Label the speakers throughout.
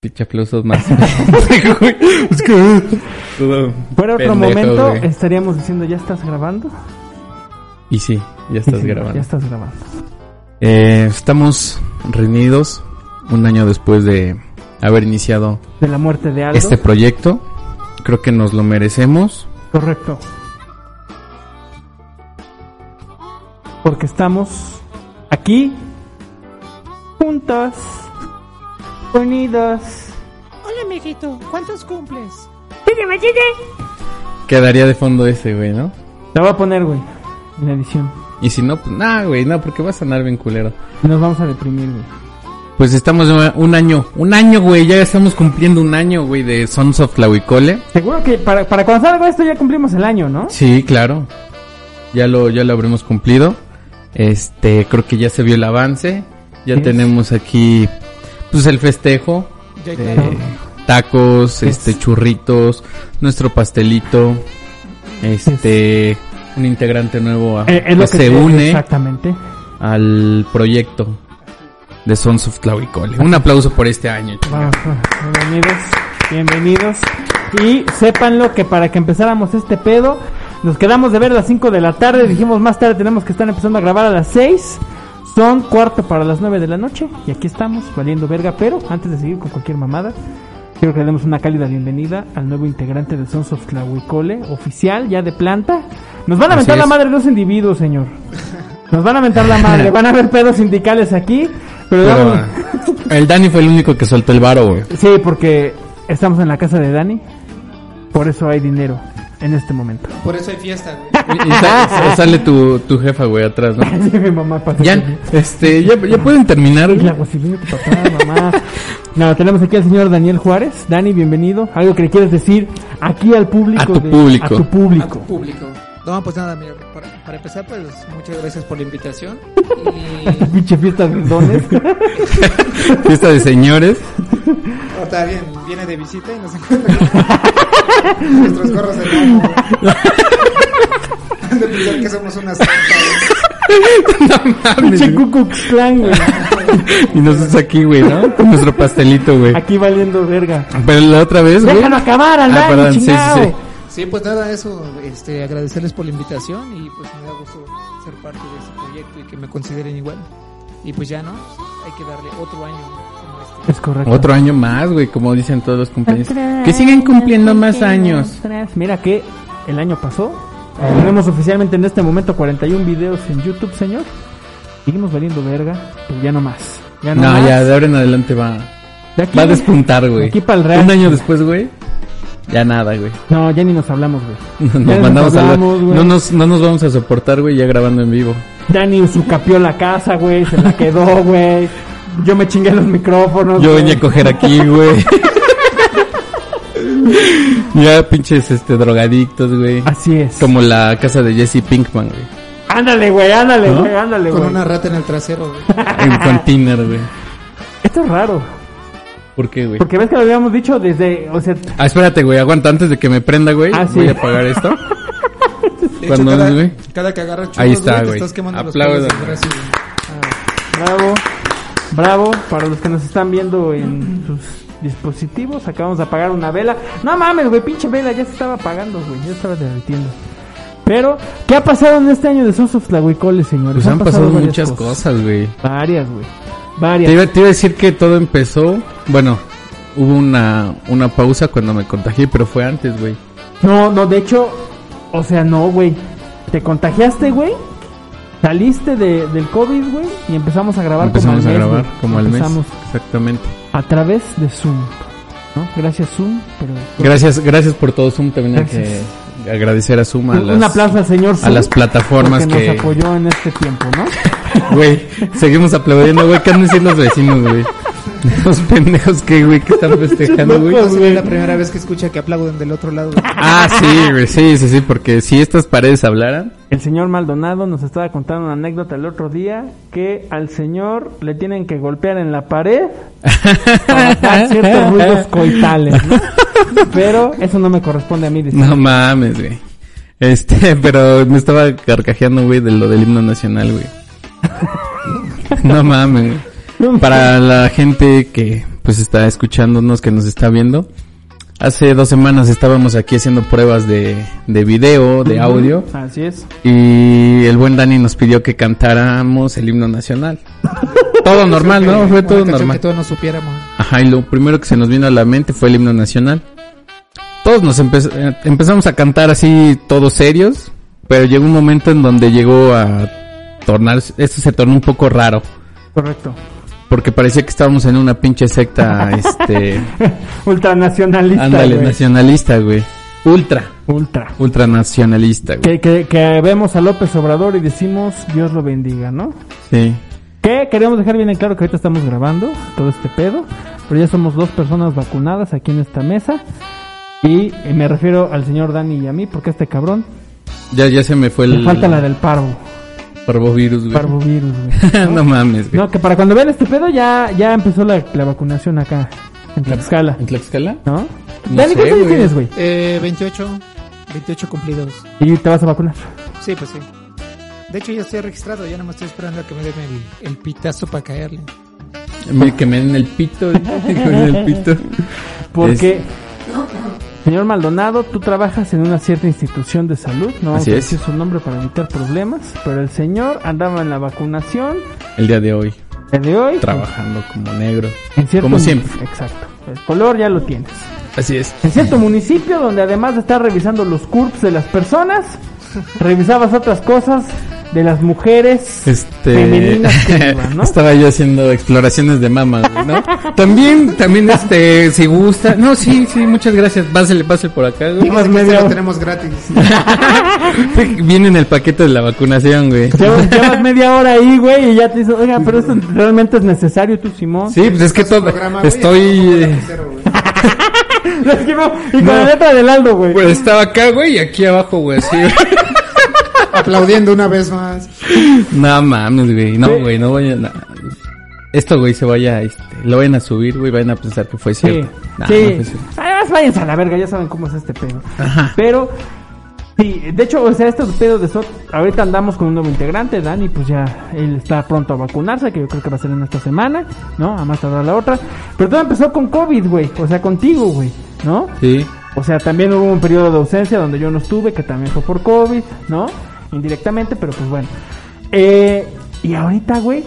Speaker 1: Pinche aplausos más.
Speaker 2: es que...
Speaker 1: Todo
Speaker 3: Fuera otro
Speaker 1: pendejo,
Speaker 3: momento,
Speaker 1: güey.
Speaker 3: estaríamos diciendo, ¿ya estás grabando?
Speaker 1: Y sí, ya estás grabando.
Speaker 3: Ya estás grabando.
Speaker 1: Eh, estamos reunidos un año después de haber iniciado
Speaker 3: De la muerte de Aldo.
Speaker 1: este proyecto. Creo que nos lo merecemos.
Speaker 3: Correcto. Porque estamos aquí, juntos, unidos.
Speaker 4: Hola, mijito. ¿Cuántos cumples?
Speaker 1: Quedaría de fondo ese, güey, ¿no?
Speaker 3: La voy a poner, güey, en la edición.
Speaker 1: Y si no, pues nada, güey, no, porque va a sonar bien culero.
Speaker 3: Y nos vamos a deprimir, güey.
Speaker 1: Pues estamos de un año, un año, güey, ya estamos cumpliendo un año, güey, de Sons of Tlahuicole.
Speaker 3: Seguro que para, para cuando salga esto ya cumplimos el año, ¿no?
Speaker 1: Sí, claro. Ya lo, ya lo habremos cumplido. Este, creo que ya se vio el avance. Ya
Speaker 3: Yes.
Speaker 1: tenemos aquí, pues el festejo.
Speaker 4: Ya
Speaker 1: eh, tacos, este, churritos, nuestro pastelito. Este, un integrante nuevo a-
Speaker 3: Eh, es lo
Speaker 1: que Pues se
Speaker 3: que
Speaker 1: une
Speaker 3: Exactamente.
Speaker 1: al proyecto de Sons of Tlahuicole. Un aplauso por este año.
Speaker 3: Vamos, vamos. bienvenidos, bienvenidos. Y sépanlo que para que empezáramos este pedo, nos quedamos de ver a las 5 de la tarde. Dijimos más tarde tenemos que estar empezando a grabar a las 6. Son cuarto para las 9 de la noche. Y aquí estamos, valiendo verga. Pero antes de seguir con cualquier mamada, quiero que le demos una cálida bienvenida al nuevo integrante de Sons of Tlahuicole, oficial, ya de planta. Nos van a
Speaker 1: Así
Speaker 3: aventar la
Speaker 1: es.
Speaker 3: madre dos individuos, señor. Nos van a aventar la madre. Van a haber pedos sindicales aquí. Pero,
Speaker 1: Pero,
Speaker 3: vamos-
Speaker 1: el Dani fue el único que soltó el varo, güey.
Speaker 3: Sí, porque estamos en la casa de Dani. Por eso hay dinero en este momento.
Speaker 4: Por eso hay fiesta, güey.
Speaker 1: Y- y sa- sale tu, tu jefa, güey, atrás, ¿no?
Speaker 3: Sí, mi mamá pasa.
Speaker 1: Ya, este, ya, ya pueden terminar.
Speaker 3: Y la guasilina, tu papá, mamá. No, tenemos aquí al señor Daniel Juárez. Dani, bienvenido. Algo que le quieres decir aquí al público.
Speaker 1: A tu
Speaker 3: de-
Speaker 1: público.
Speaker 3: A tu
Speaker 4: A tu
Speaker 3: público.
Speaker 4: público. No, pues nada, mira, para, para empezar, pues muchas gracias por la invitación.
Speaker 3: Tu pinche fiesta de dones.
Speaker 1: Fiesta de señores.
Speaker 4: Y ahorita alguien viene de visita y nos encuentra con nuestros gorros de lomo. güey. Han de pensar que somos una secta, güey.
Speaker 3: pinche Cucu Clan, güey.
Speaker 1: Y nosotros aquí, güey, ¿no? Con nuestro pastelito, güey.
Speaker 3: Aquí valiendo verga.
Speaker 1: Pero la otra vez, güey.
Speaker 3: Déjalo acabar al
Speaker 1: Ah,
Speaker 3: Dani,
Speaker 1: perdón, sí, sí,
Speaker 3: chingado.
Speaker 1: sí.
Speaker 4: Sí, pues nada, eso, este, agradecerles por la invitación y pues me da gusto ser parte de este proyecto y que me consideren igual. Y pues ya no, hay que darle otro año como este.
Speaker 3: Es correcto.
Speaker 1: Otro año más, güey, como dicen todos los cumpleaños. Que sigan cumpliendo más años.
Speaker 3: Mira que el año pasó. Tenemos oficialmente en este momento 41 videos en YouTube, señor. Seguimos valiendo verga, pero ya no más. Ya no,
Speaker 1: No,
Speaker 3: más.
Speaker 1: ya de ahora en adelante va,
Speaker 3: De aquí,
Speaker 1: va a despuntar, güey.
Speaker 3: Aquí pa'l real.
Speaker 1: Un año después, güey. Ya nada, güey.
Speaker 3: No, ya ni nos hablamos, güey. Ya
Speaker 1: Nos
Speaker 3: ni
Speaker 1: mandamos a la...
Speaker 3: hablamos, güey.
Speaker 1: No nos, no nos vamos a soportar, güey, ya grabando en vivo.
Speaker 3: Dani usucapió la casa, güey. Se la quedó, güey. Yo me chingué los micrófonos.
Speaker 1: Yo
Speaker 3: güey.
Speaker 1: venía a coger aquí, güey. ya pinches este drogadictos, güey.
Speaker 3: Así es.
Speaker 1: Como la casa de Jesse Pinkman, güey.
Speaker 3: Ándale, güey, ándale,
Speaker 1: ¿No?
Speaker 3: güey, ándale,
Speaker 4: Con
Speaker 3: güey.
Speaker 4: una rata en el trasero, güey.
Speaker 1: En container, güey.
Speaker 3: Esto es raro.
Speaker 1: ¿Por qué, güey?
Speaker 3: Porque ves que lo habíamos dicho desde. O sea,
Speaker 1: Ah, espérate, güey. Aguanta antes de que me prenda, güey.
Speaker 3: Ah, sí.
Speaker 1: Voy a apagar esto.
Speaker 4: De
Speaker 1: ¿Cuándo es,
Speaker 4: hecho, cada,
Speaker 1: güey?
Speaker 4: cada que agarras churros,
Speaker 1: Ahí está,
Speaker 4: te
Speaker 1: güey.
Speaker 4: estás quemando los
Speaker 1: Aplaudan.
Speaker 4: pelos del brazo, güey.
Speaker 3: Bravo, bravo. Para los que nos están viendo en sus dispositivos, acabamos de apagar una vela. No mames, güey, pinche vela, ya se estaba apagando, güey, ya estaba derritiendo. Pero, ¿qué ha pasado en este año de Sons of Tlahuicole, señores?
Speaker 1: Pues han pasado
Speaker 3: varias
Speaker 1: muchas cosas, güey.
Speaker 3: Varias, güey.
Speaker 1: Te
Speaker 3: Varias.
Speaker 1: iba, te iba a decir que todo empezó. Bueno, hubo una, una pausa cuando me contagié, pero fue antes, güey.
Speaker 3: No, no, de hecho, o sea, no, güey. Te contagiaste, güey. Saliste de- del COVID, güey, y empezamos a grabar
Speaker 1: Empezamos
Speaker 3: como al
Speaker 1: a
Speaker 3: mes,
Speaker 1: grabar
Speaker 3: güey.
Speaker 1: como al mes.
Speaker 3: Empezamos
Speaker 1: Exactamente.
Speaker 3: a través de Zoom, ¿no? Gracias Zoom, pero
Speaker 1: Gracias, gracias por todo Zoom también.
Speaker 3: Pues Gracias.
Speaker 1: Que, agradecer a Suma a
Speaker 3: Un-
Speaker 1: las,
Speaker 3: Un aplauso al señor
Speaker 1: a
Speaker 3: Zoom,
Speaker 1: las plataformas
Speaker 3: porque
Speaker 1: que...
Speaker 3: nos apoyó en este tiempo, ¿no?
Speaker 1: Güey, seguimos aplaudiendo, güey. ¿Qué han de decir los vecinos, güey? Los pendejos que, güey, que están festejando, güey.
Speaker 4: No sé, es la primera vez que escucha que aplauden del otro lado.
Speaker 1: Ah, sí, güey, sí, sí, sí, porque si estas paredes hablaran...
Speaker 3: El señor Maldonado nos estaba contando una anécdota el otro día que al señor le tienen que golpear en la pared para hacer ciertos ruidos coitales, ¿no? Pero eso no me corresponde a mí. dice.
Speaker 1: No mames, güey. Este, pero me estaba carcajeando, güey, de lo del himno nacional, güey. No mames, güey. Para la gente que pues está escuchándonos, que nos está viendo, hace dos semanas estábamos aquí haciendo pruebas de, de video, de audio,
Speaker 3: Así es.
Speaker 1: y el buen Dani nos pidió que cantáramos el himno nacional. Todo normal, ¿no? Fue todo
Speaker 4: Una canción
Speaker 1: normal.
Speaker 4: Que todos nos supiéramos.
Speaker 1: Ajá, y lo primero que se nos vino a la mente fue el himno nacional. Todos nos empe- eh, empezamos a cantar así, todos serios, pero llegó un momento en donde llegó a tornar, esto se tornó un poco raro,
Speaker 3: Correcto.
Speaker 1: porque parecía que estábamos en una pinche secta, este,
Speaker 3: Ultranacionalista.
Speaker 1: ándale,
Speaker 3: güey.
Speaker 1: nacionalista, güey. Ultra,
Speaker 3: Ultra.
Speaker 1: ultranacionalista, güey.
Speaker 3: Que, que, que vemos a López Obrador y decimos Dios lo bendiga, ¿no?
Speaker 1: Sí.
Speaker 3: Que queremos dejar bien en claro que ahorita estamos grabando todo este pedo, pero ya somos dos personas vacunadas aquí en esta mesa. Y eh, me refiero al señor Dani y a mí, porque este cabrón
Speaker 1: Ya, ya se me fue
Speaker 3: le
Speaker 1: el
Speaker 3: falta la del parvo,
Speaker 1: parvovirus, güey.
Speaker 3: parvovirus, güey.
Speaker 1: no mames, güey.
Speaker 3: No, que para cuando vean este pedo ya, ya empezó la, la vacunación acá, en Tlaxcala,
Speaker 1: ¿En Tlaxcala?
Speaker 3: ¿no?
Speaker 1: No sé,
Speaker 3: Dani, ¿qué años
Speaker 1: güey.
Speaker 3: tienes, güey?
Speaker 4: Eh, 28, 28 cumplidos.
Speaker 3: Y te vas a vacunar.
Speaker 4: Sí, pues sí. De hecho, ya estoy registrado, ya no me estoy esperando a que me den el, el pitazo para caerle.
Speaker 1: Me quemé en el pito, güey, que me den el pito.
Speaker 3: Porque, señor Maldonado, tú trabajas en una cierta institución de salud, no vamos
Speaker 1: Así
Speaker 3: a
Speaker 1: es.
Speaker 3: decir su nombre para evitar problemas, pero el señor andaba en la vacunación
Speaker 1: El día de hoy.
Speaker 3: el de hoy.
Speaker 1: trabajando como negro.
Speaker 3: en cierto
Speaker 1: como
Speaker 3: mu-
Speaker 1: siempre.
Speaker 3: Exacto. El color ya lo tienes.
Speaker 1: Así es.
Speaker 3: En cierto municipio donde además de estar revisando los CURPS de las personas, revisabas otras cosas de las mujeres
Speaker 1: Este
Speaker 3: femeninas que iban, ¿no?
Speaker 1: estaba yo haciendo exploraciones de mamas, güey, ¿no? también, también este, si gusta. No, sí, sí, muchas gracias. Pásele, pásele por acá, güey.
Speaker 3: Llevas
Speaker 4: Este
Speaker 3: media,
Speaker 4: lo
Speaker 3: hora-
Speaker 4: tenemos gratis.
Speaker 1: Viene en el paquete de la vacunación, güey.
Speaker 3: llevas- llevas media hora ahí, güey, y ya te dices, oiga, pero esto realmente es necesario, tú, Simón.
Speaker 1: Sí, pues es que todo
Speaker 4: Programa, güey, como
Speaker 1: estoy eh,
Speaker 4: lapicero, güey.
Speaker 3: Es que no, y con
Speaker 1: No.
Speaker 3: la letra del Aldo, güey.
Speaker 1: pues estaba acá, güey, y aquí abajo, güey, así. güey.
Speaker 4: Aplaudiendo una vez más.
Speaker 1: No mames, güey. No,
Speaker 3: Sí.
Speaker 1: güey, no vayan a esto, güey, se vaya, este, lo vayan a subir, güey, vayan a pensar que fue
Speaker 3: Sí,
Speaker 1: cierto. Nah, no pues
Speaker 3: sí.
Speaker 1: fue cierto.
Speaker 3: Además, váyanse a la verga, ya saben cómo es este pedo. Pero, sí, de hecho, o sea, estos pedos de SOT, ahorita andamos con un nuevo integrante, Dani, pues ya él está pronto a vacunarse, que yo creo que va a ser en esta semana, ¿no? A más tardar la otra. Pero todo empezó con COVID, güey, o sea, contigo, güey, ¿no?
Speaker 1: Sí.
Speaker 3: O sea, también hubo un periodo de ausencia donde yo no estuve, que también fue por COVID, ¿no? Indirectamente, pero pues bueno. Eh, y ahorita, güey,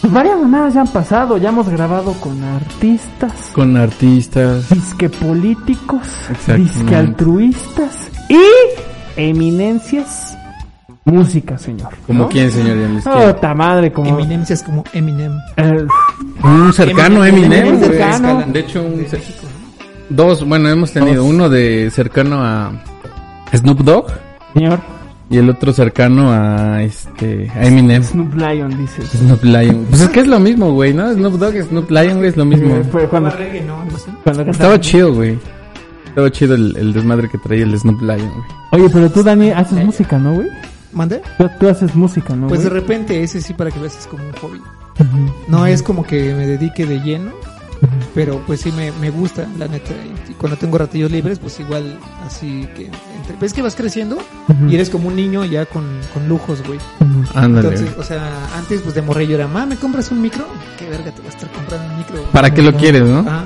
Speaker 3: pues varias mamadas ya han pasado, ya hemos grabado con artistas,
Speaker 1: Con artistas.
Speaker 3: disque políticos,
Speaker 1: Exactamente.
Speaker 3: disque altruistas y eminencias música, señor.
Speaker 1: ¿Como quién, señor? Ian Lisquera?
Speaker 3: Puta madre, como...
Speaker 4: Eminencias como Eminem.
Speaker 3: eh,
Speaker 1: un cercano
Speaker 4: Eminem,
Speaker 1: Eminem.
Speaker 3: Eminem,
Speaker 1: güey.
Speaker 3: cercano.
Speaker 1: De hecho, un cer- dos, bueno, hemos tenido uno de cercano a Snoop Dogg
Speaker 3: señor
Speaker 1: y el otro cercano a este a Eminem.
Speaker 3: Snoop Lion, dice.
Speaker 1: Snoop Lion. Pues es que es lo mismo, güey, ¿no? Snoop Dogg, Snoop Lion, güey, es lo mismo.
Speaker 3: Eh, Fue cuando,
Speaker 4: Reggae, ¿no? Algo así.
Speaker 3: cuando
Speaker 1: Estaba chido, güey. Estaba chido el, el desmadre que traía el Snoop Lion, güey.
Speaker 3: Oye, pero tú, Dani, haces música, ¿no, güey?
Speaker 4: ¿Mande?
Speaker 3: Tú, tú haces música, ¿no,
Speaker 4: Pues de
Speaker 3: güey?
Speaker 4: repente, ese sí, para que veas, es como un hobby. No es como que me dedique de lleno, pero pues sí me, me gusta, la neta. Y cuando tengo ratillos libres, pues igual así que... Entre, pues es que vas creciendo
Speaker 3: Ujú.
Speaker 4: y eres como un niño ya con, con lujos, güey.
Speaker 3: Ujú.
Speaker 1: Ándale.
Speaker 4: Entonces,
Speaker 1: güey.
Speaker 4: o sea, antes pues de morrillo era, ma, ¿me compras un micro? ¿Qué verga te va a estar comprando un micro? güey?
Speaker 1: ¿Para qué lo quieres, no?
Speaker 4: Ah,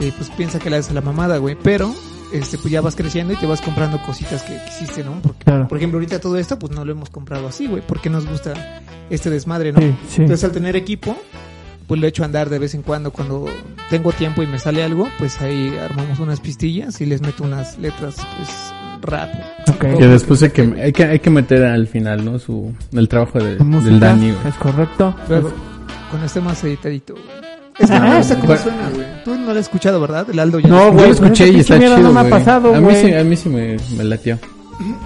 Speaker 4: eh, pues piensa que la haces a la mamada, güey. Pero, este, pues ya vas creciendo y te vas comprando cositas que existen, ¿no? Porque,
Speaker 3: Claro.
Speaker 4: por ejemplo, ahorita todo esto, pues no lo hemos comprado así, güey. Porque nos gusta este desmadre, ¿no?
Speaker 3: Sí, sí.
Speaker 4: Entonces, al tener equipo, pues lo echo a andar de vez en cuando. Cuando tengo tiempo y me sale algo, pues ahí armamos unas pistillas y les meto unas letras, pues, rap.
Speaker 3: Ok.
Speaker 1: Que después hay que, hay que, hay que meter al final, ¿no? Su, el trabajo de-
Speaker 3: Música,
Speaker 1: del Dani, güey.
Speaker 3: Es correcto.
Speaker 4: Luego, cuando esté este más editadito, güey. Es que no me gusta cómo
Speaker 1: Bueno.
Speaker 4: Ah, suena, güey. Tú no lo has escuchado, ¿verdad? El Aldo ya
Speaker 3: Ah, No,
Speaker 4: lo-
Speaker 1: Yo
Speaker 3: güey,
Speaker 1: lo
Speaker 3: pero
Speaker 1: escuché
Speaker 3: esa
Speaker 1: y está
Speaker 3: pinche mierda
Speaker 1: chido,
Speaker 3: no me ha
Speaker 1: güey.
Speaker 3: pasado,
Speaker 1: a mí
Speaker 3: güey.
Speaker 1: sí, a mí sí me, me latió.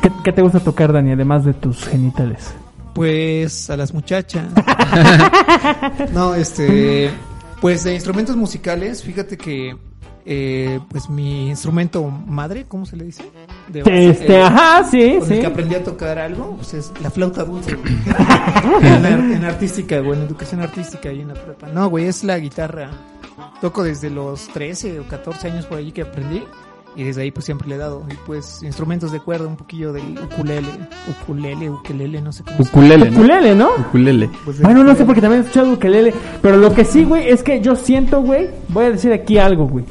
Speaker 3: ¿Qué, qué te gusta tocar, Dani, además de tus genitales?
Speaker 4: Pues a las muchachas. no, este. Pues de instrumentos musicales, fíjate que. eh, pues mi instrumento madre, ¿cómo se le dice? De base,
Speaker 3: Este,
Speaker 4: eh,
Speaker 3: ajá, sí,
Speaker 4: con el
Speaker 3: sí.
Speaker 4: que aprendí a tocar algo, pues es la flauta dulce. güey. en, ar- en artística, güey, en educación artística y en la prepa. No, güey, es la guitarra. Toco desde los 13 o 14 años por allí que aprendí. Y desde ahí pues siempre le he dado. Y pues instrumentos de cuerda, un poquillo del ukulele. Ukulele, ukulele, no sé cómo se
Speaker 1: Ukulele, ¿no?
Speaker 3: Ukulele, ¿no?
Speaker 1: Ukulele.
Speaker 4: pues, de
Speaker 3: Bueno, no sé
Speaker 4: ukulele.
Speaker 3: porque también he escuchado ukelele, pero lo que sí, güey, es que yo siento, güey, voy a decir aquí algo, güey.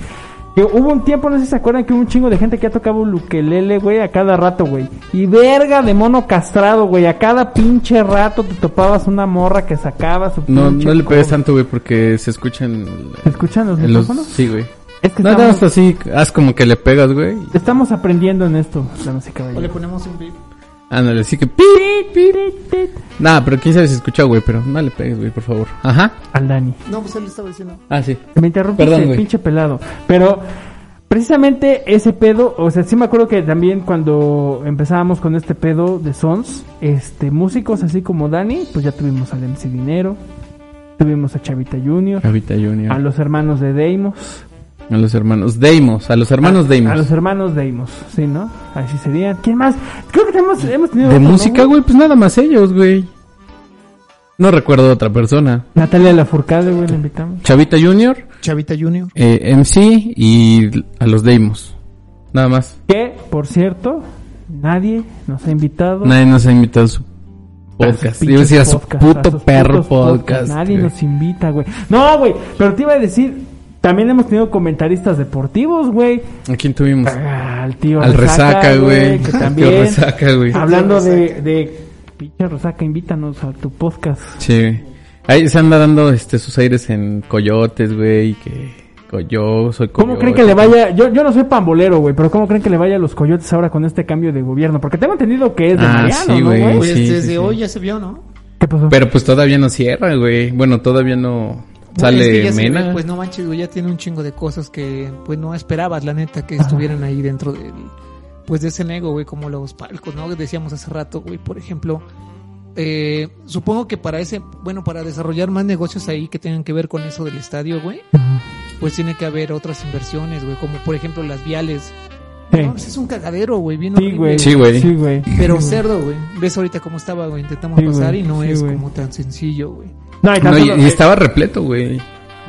Speaker 3: Que hubo un tiempo, no sé si se acuerdan, que hubo un chingo de gente que ha tocado el ukelele, güey, a cada rato, güey. Y verga de mono castrado, güey, a cada pinche rato te topabas una morra que sacaba su
Speaker 1: No,
Speaker 3: pinche
Speaker 1: no le pegues
Speaker 3: cover.
Speaker 1: tanto, güey, porque se escuchan...
Speaker 3: ¿Se escuchan los
Speaker 1: en los-
Speaker 3: micrófonos?
Speaker 1: Sí, güey.
Speaker 3: Es que
Speaker 1: No, no,
Speaker 3: estamos,
Speaker 1: así, haz como que le pegas, güey.
Speaker 3: estamos aprendiendo en esto, damas
Speaker 1: Mm.
Speaker 3: y
Speaker 4: O le
Speaker 3: caballeros.
Speaker 4: ponemos un beat.
Speaker 1: Ándale, así que... pi. Nah, pero quién sabe si escucha, güey, pero no le pegues, güey, por favor. Ajá.
Speaker 3: Al Dani.
Speaker 4: No, pues él estaba diciendo.
Speaker 1: Ah, sí.
Speaker 3: Me interrumpiste,
Speaker 1: Perdón, güey.
Speaker 3: pinche pelado. Pero precisamente ese pedo, o sea, sí me acuerdo que también cuando empezábamos con este pedo de sons, este, músicos así como Dani, pues ya tuvimos al MC Dinero, tuvimos a Chavita Junior,
Speaker 1: Chavita Junior.
Speaker 3: a los hermanos de Deimos.
Speaker 1: A los hermanos Deimos, a los hermanos Deimos.
Speaker 3: A los hermanos Deimos, sí, ¿no? Así serían. ¿Quién más? Creo que hemos, hemos tenido...
Speaker 1: De
Speaker 3: otro, ¿no,
Speaker 1: música, güey, pues nada más ellos, güey. No recuerdo otra persona.
Speaker 3: Natalia Lafourcade, güey, la invitamos.
Speaker 1: Chavita Junior,
Speaker 4: Chavita Junior.
Speaker 1: eh, MC y a los Deimos. Nada más.
Speaker 3: Que, por cierto, nadie nos ha invitado.
Speaker 1: Nadie nos ha invitado a su
Speaker 3: a
Speaker 1: podcast.
Speaker 3: sus
Speaker 1: Yo decía a
Speaker 3: pinches
Speaker 1: su
Speaker 3: podcasts, a
Speaker 1: puto
Speaker 3: sus
Speaker 1: perro
Speaker 3: putos
Speaker 1: podcast.
Speaker 3: podcasts. Nadie
Speaker 1: güey.
Speaker 3: nos invita, güey. No, güey, pero te iba a decir, también hemos tenido comentaristas deportivos, güey.
Speaker 1: ¿A quién tuvimos?
Speaker 3: Al tío
Speaker 1: Al resaca, güey.
Speaker 3: que
Speaker 1: Al
Speaker 3: también. Ah.
Speaker 1: tío resaca, güey.
Speaker 3: Hablando
Speaker 4: Tío
Speaker 3: de,
Speaker 4: Resaca.
Speaker 3: de pinche resaca, invítanos a tu podcast.
Speaker 1: Sí, güey. Ahí se anda dando este, sus aires en coyotes, güey. Que coyo, soy coyote.
Speaker 3: ¿Cómo creen que le vaya? Yo, yo no soy pambolero, güey, pero ¿cómo creen que le vaya a los coyotes ahora con este cambio de gobierno? Porque tengo entendido que es de
Speaker 1: Ah,
Speaker 3: Mariano,
Speaker 1: sí,
Speaker 3: ¿no,
Speaker 1: güey.
Speaker 3: güey?
Speaker 4: Pues
Speaker 1: sí,
Speaker 4: desde
Speaker 1: sí.
Speaker 4: hoy ya se vio, ¿no?
Speaker 3: ¿Qué pasó?
Speaker 1: Pero pues todavía no cierra, güey. Bueno, todavía no
Speaker 4: Bueno, es
Speaker 1: sale
Speaker 4: que ya se
Speaker 1: Mena.
Speaker 4: ve, pues no manches, güey, ya tiene un chingo de cosas que pues no esperabas, la neta, que estuvieran ahí dentro del pues de ese nego, güey, como los palcos, ¿no? Que decíamos hace rato, güey, por ejemplo, eh, supongo que para ese, bueno, para desarrollar más negocios ahí que tengan que ver con eso del estadio, güey, pues tiene que haber otras inversiones, güey, como por ejemplo las viales.
Speaker 3: Sí.
Speaker 4: No, pues, es un cagadero, güey, bien
Speaker 3: Sí,
Speaker 4: horrible,
Speaker 3: güey.
Speaker 1: Sí, güey.
Speaker 3: Sí, güey.
Speaker 4: Pero cerdo, güey. Ves ahorita cómo estaba, güey. Intentamos
Speaker 3: Sí, güey,
Speaker 4: pasar y no
Speaker 3: sí,
Speaker 4: es
Speaker 3: güey.
Speaker 4: como tan sencillo, güey.
Speaker 3: No, y tan
Speaker 1: No, y,
Speaker 3: solo-
Speaker 1: y estaba repleto, güey.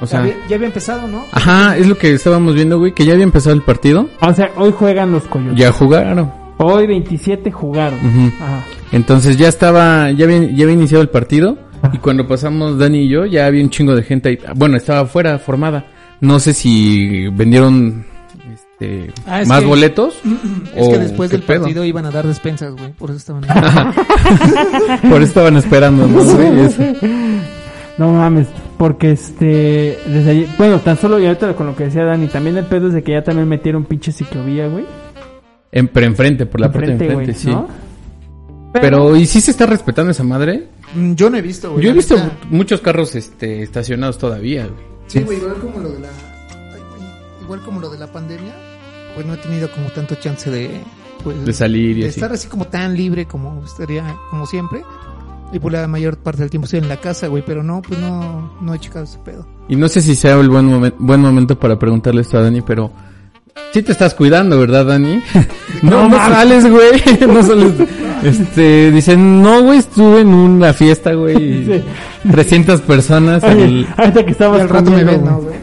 Speaker 1: O sea,
Speaker 4: ya, había, ya había empezado, ¿no?
Speaker 1: ajá, es lo que estábamos viendo, güey, que ya había empezado el partido.
Speaker 3: O sea, hoy juegan los coyotes.
Speaker 1: Ya jugaron.
Speaker 3: Hoy 27 jugaron.
Speaker 1: Ujú.
Speaker 3: Ajá.
Speaker 1: Entonces ya estaba, ya había, ya había iniciado el partido.
Speaker 4: Ah.
Speaker 1: Y cuando pasamos Dani y yo, ya había un chingo de gente ahí. Bueno, estaba afuera formada. No sé si vendieron este,
Speaker 4: Ah, es
Speaker 1: más
Speaker 4: que-
Speaker 1: boletos.
Speaker 4: Es
Speaker 1: o
Speaker 4: que después
Speaker 1: qué
Speaker 4: del
Speaker 1: pedo.
Speaker 4: partido iban a dar despensas, güey. Por eso estaban ahí.
Speaker 1: Por eso estaban esperando, ¿no, güey? Eso.
Speaker 3: No mames, porque este. Desde ayer- bueno, tan solo y ahorita con lo que decía Dani, también el pedo es de que ya también metieron pinche ciclovía, güey.
Speaker 1: En, pero enfrente, por la parte de
Speaker 3: güey,
Speaker 1: enfrente, sí.
Speaker 3: ¿no?
Speaker 1: Pero, ¿y si se está respetando esa madre?
Speaker 4: Mm, Yo no he visto, güey.
Speaker 1: Yo he
Speaker 4: la
Speaker 1: visto
Speaker 4: neta.
Speaker 1: muchos carros este, estacionados todavía, güey.
Speaker 4: Sí, güey, igual como lo de la. ay, güey, Igual como lo de la pandemia. Pues no he tenido como tanto chance de. Pues,
Speaker 1: De salir y
Speaker 4: de
Speaker 1: así.
Speaker 4: estar así como tan libre como estaría, como siempre. Y por la mayor parte del tiempo estoy en la casa, güey. Pero no, pues no, no he checado ese pedo.
Speaker 1: Y no sé si sea el buen, momen- buen momento para preguntarle esto a Dani, pero... Sí te estás cuidando, ¿verdad, Dani? no, no sales, güey. No sales. Este, dicen, no, güey, estuve en una fiesta, güey.
Speaker 3: Sí.
Speaker 1: 300 personas. en
Speaker 3: Oye,
Speaker 1: el-
Speaker 3: ahorita que estabas.
Speaker 4: Y al rato me
Speaker 3: conmigo,
Speaker 4: ven,
Speaker 3: güey.
Speaker 4: ¿no, güey?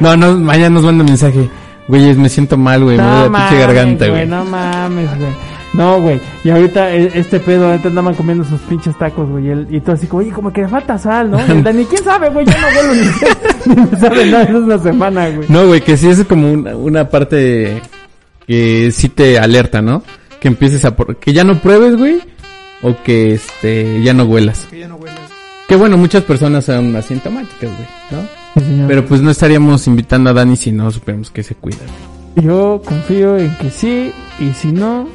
Speaker 1: No, no, mañana nos manda mensaje. Güey, me siento mal, güey. Me
Speaker 3: No
Speaker 1: duele la pinche
Speaker 3: mames,
Speaker 1: garganta, güey.
Speaker 3: No mames, güey. No, güey. Y ahorita eh, este pedo, ahorita andaban comiendo sus pinches tacos, güey. Y, él- y tú así como, oye, como que le falta sal, ¿no? Y el Dani, ¿quién sabe, güey? Yo no vuelo ni sé. Ni me sabe nada, eso es una semana, güey.
Speaker 1: No, güey, que sí es como una, una parte que sí te alerta, ¿no? Que empieces a... por- Que ya no pruebes, güey. O que, este, ya no huelas.
Speaker 4: Que ya no huele.
Speaker 1: Que bueno, muchas personas son asintomáticas, güey, ¿no?
Speaker 3: Sí, señor.
Speaker 1: Pero pues no estaríamos invitando a Dani si no supiéramos que se cuida. güey.
Speaker 3: Yo confío en que sí, y si no,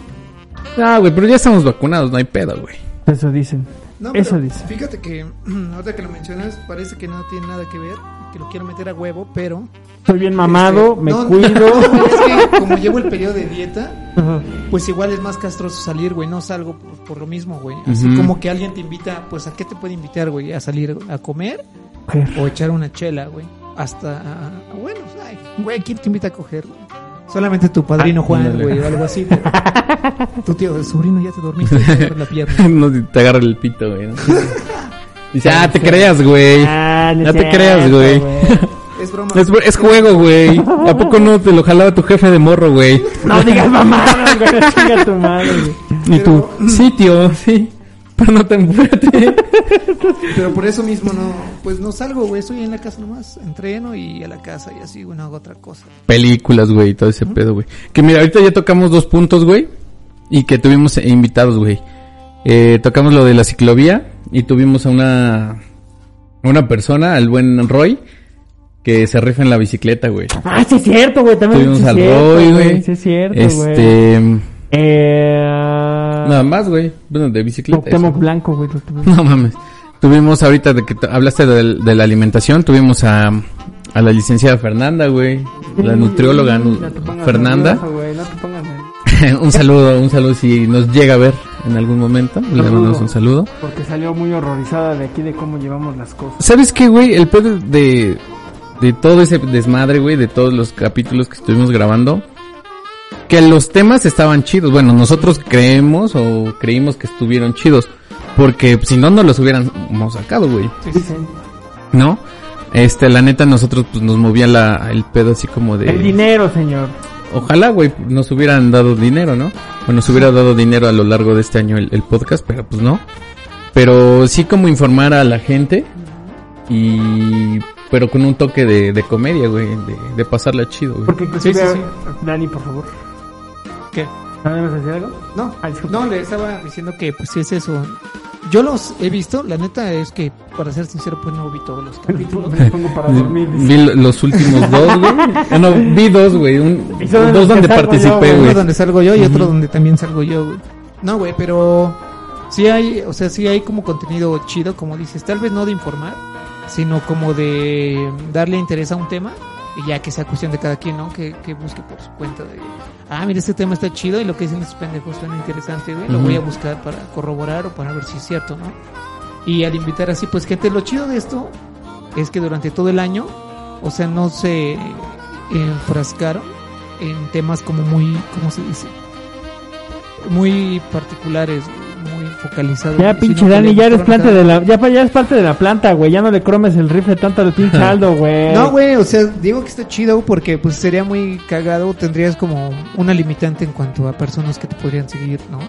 Speaker 1: Ah, güey, pero ya estamos vacunados, no hay pedo, güey.
Speaker 3: eso dicen.
Speaker 4: No,
Speaker 3: Eso
Speaker 4: pero
Speaker 3: dice.
Speaker 4: Fíjate que ahorita que lo mencionas, parece que no tiene nada que ver. que lo quiero meter a huevo, pero...
Speaker 3: Soy bien mamado,
Speaker 4: este,
Speaker 3: me
Speaker 4: no,
Speaker 3: cuido.
Speaker 4: pero es que como llevo el periodo de dieta, pues igual es más castroso salir, güey. No salgo por, por lo mismo, güey. Así
Speaker 1: Ujú.
Speaker 4: como que alguien te invita, pues ¿a qué te puede invitar, güey? ¿A salir a comer?
Speaker 3: Coger.
Speaker 4: O echar una chela, güey. Hasta... ah, Bueno, ay, güey, ¿quién te invita a coger, güey? Solamente tu
Speaker 3: Ah,
Speaker 4: padrino Juan,
Speaker 1: ándale.
Speaker 4: güey, o algo así. pero- tu tío, sobrino, ya te dormiste, te agarra la pierna.
Speaker 1: no, te agarra el pito, güey. ¿no? Dice, ah, te creas, güey.
Speaker 3: Ah, no es
Speaker 1: No te
Speaker 3: cierto,
Speaker 1: creas, güey.
Speaker 4: Es broma.
Speaker 1: Es, es juego, güey. ¿A poco no te lo jalaba tu jefe de morro, güey?
Speaker 3: No digas mamadas, güey. Chinga tu madre, güey.
Speaker 1: Y tú, sí, tío, sí. Pero no te enfúrate.
Speaker 4: Pero por eso mismo no, pues no salgo, güey, estoy en la casa nomás, entreno y a la casa y así, bueno, hago otra cosa.
Speaker 1: Películas, güey, todo ese pedo, güey. Que mira, ahorita ya tocamos dos puntos, güey. Y que tuvimos eh, invitados, güey. Eh, tocamos lo de la ciclovía y tuvimos a una, a una persona, al buen Roy, que se rifa en la bicicleta, güey.
Speaker 3: Ah, sí es cierto, güey. También
Speaker 1: Tuvimos
Speaker 3: sí es
Speaker 1: al
Speaker 3: cierto,
Speaker 1: Roy, güey.
Speaker 3: Sí es cierto, güey.
Speaker 1: Este,
Speaker 3: Eh...
Speaker 1: nada más, güey. Bueno, de bicicleta.
Speaker 3: Cuauhtémoc
Speaker 1: eso.
Speaker 3: Blanco, güey. los tenemos.
Speaker 1: No mames. Tuvimos ahorita de que t- hablaste del- de, la alimentación, tuvimos a, a la licenciada Fernanda, güey, la nutrióloga nu-
Speaker 3: No te pongas
Speaker 1: Fernanda.
Speaker 3: nervioso, güey, No te pongas nervioso,
Speaker 1: un saludo, un saludo si nos llega a ver en algún momento, le
Speaker 3: Saludo.
Speaker 1: mandamos un saludo.
Speaker 3: Porque salió muy horrorizada de aquí de cómo llevamos las cosas.
Speaker 1: ¿Sabes qué, güey? El pedo de, de todo ese desmadre, güey, de todos los capítulos que estuvimos grabando, que los temas estaban chidos. Bueno, nosotros creemos o creímos que estuvieron chidos, porque si no, no los hubiéramos sacado, güey. ¿no? Este, la neta, nosotros pues nos movía la, el pedo así como de...
Speaker 3: El dinero, señor.
Speaker 1: Ojalá, güey, nos hubieran dado dinero, ¿no? O nos hubiera dado dinero a lo largo de este año el, el podcast, pero pues no. Pero sí como informar a la gente y... Pero con un toque de, de comedia, güey, de, de pasarla chido, güey.
Speaker 3: Porque inclusive...
Speaker 4: Sí, sí,
Speaker 3: Dani, por favor.
Speaker 4: ¿Qué?
Speaker 3: ¿No debes decir algo?
Speaker 4: No,
Speaker 3: Ah, disculpa.
Speaker 4: no, le estaba diciendo que pues sí es eso. Yo los he visto, la neta es que, para ser sincero, pues no vi todos los capítulos.
Speaker 3: Me pongo para dormir. dice.
Speaker 1: Vi lo- los últimos dos, güey. Ah, no, vi dos, güey. un-
Speaker 3: Y son los
Speaker 1: dos donde
Speaker 3: que salgo yo,
Speaker 1: participé,
Speaker 3: güey.
Speaker 1: güey.
Speaker 4: Uno donde salgo yo y otro donde también salgo yo, güey. No, güey, pero sí hay, o sea, sí hay como contenido chido, como dices, tal vez no de informar, sino como de darle interés a un tema y ya que sea cuestión de cada quien, ¿no? Que, que busque por su cuenta de, ah, mira, este tema está chido y lo que dicen estos pendejos suena interesante, güey, lo
Speaker 1: Ujú.
Speaker 4: voy a buscar para corroborar o para ver si es cierto, ¿no? Y al invitar así, pues gente, lo chido de esto es que durante todo el año, o sea, no se enfrascaron en temas como muy, ¿cómo se dice? Muy particulares, muy focalizados.
Speaker 3: Ya,
Speaker 4: sino
Speaker 3: pinche
Speaker 4: que le
Speaker 3: Dani, ya eres
Speaker 4: buscaron
Speaker 3: planta
Speaker 4: cada-
Speaker 3: de la... Ya, pa- ya eres parte de la planta, güey. Ya no le cromes el rifle tanto al pinche Aldo, güey.
Speaker 4: No, güey, o sea, digo que está chido porque pues sería muy cagado, tendrías como una limitante en cuanto a personas que te podrían seguir, ¿no?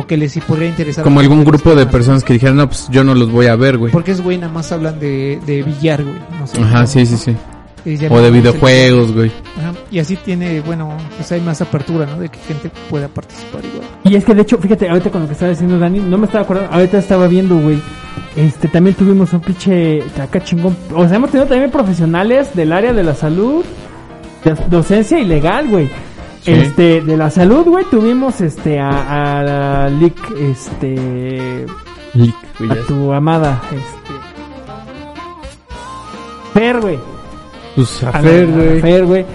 Speaker 4: O que les podría interesar.
Speaker 1: Como algún grupo de
Speaker 4: temas.
Speaker 1: personas que dijeron, no, pues yo no los voy a ver, güey.
Speaker 4: Porque es güey, nada más hablan de, de billar, güey. No sé,
Speaker 1: Ajá,
Speaker 4: ¿no?
Speaker 1: sí, sí, sí.
Speaker 4: Y ya
Speaker 1: O
Speaker 4: no-
Speaker 1: de videojuegos, güey.
Speaker 4: Ajá, Y así tiene, bueno, pues hay más apertura, ¿no? De que gente pueda participar igual.
Speaker 3: Y es que de hecho, fíjate, ahorita con lo que estaba diciendo Dani, no me estaba acordando, ahorita estaba viendo, güey. Este, también tuvimos un pinche acá chingón. O sea, hemos tenido también profesionales del área de la salud, de docencia y legal, güey.
Speaker 1: Sí.
Speaker 3: Este, de la salud, güey, tuvimos este a, a la Lick, este, a tu amada, este. Fer, güey.
Speaker 1: Pues a
Speaker 3: A
Speaker 1: Fer,
Speaker 3: la- a
Speaker 1: güey.
Speaker 3: Fer, güey.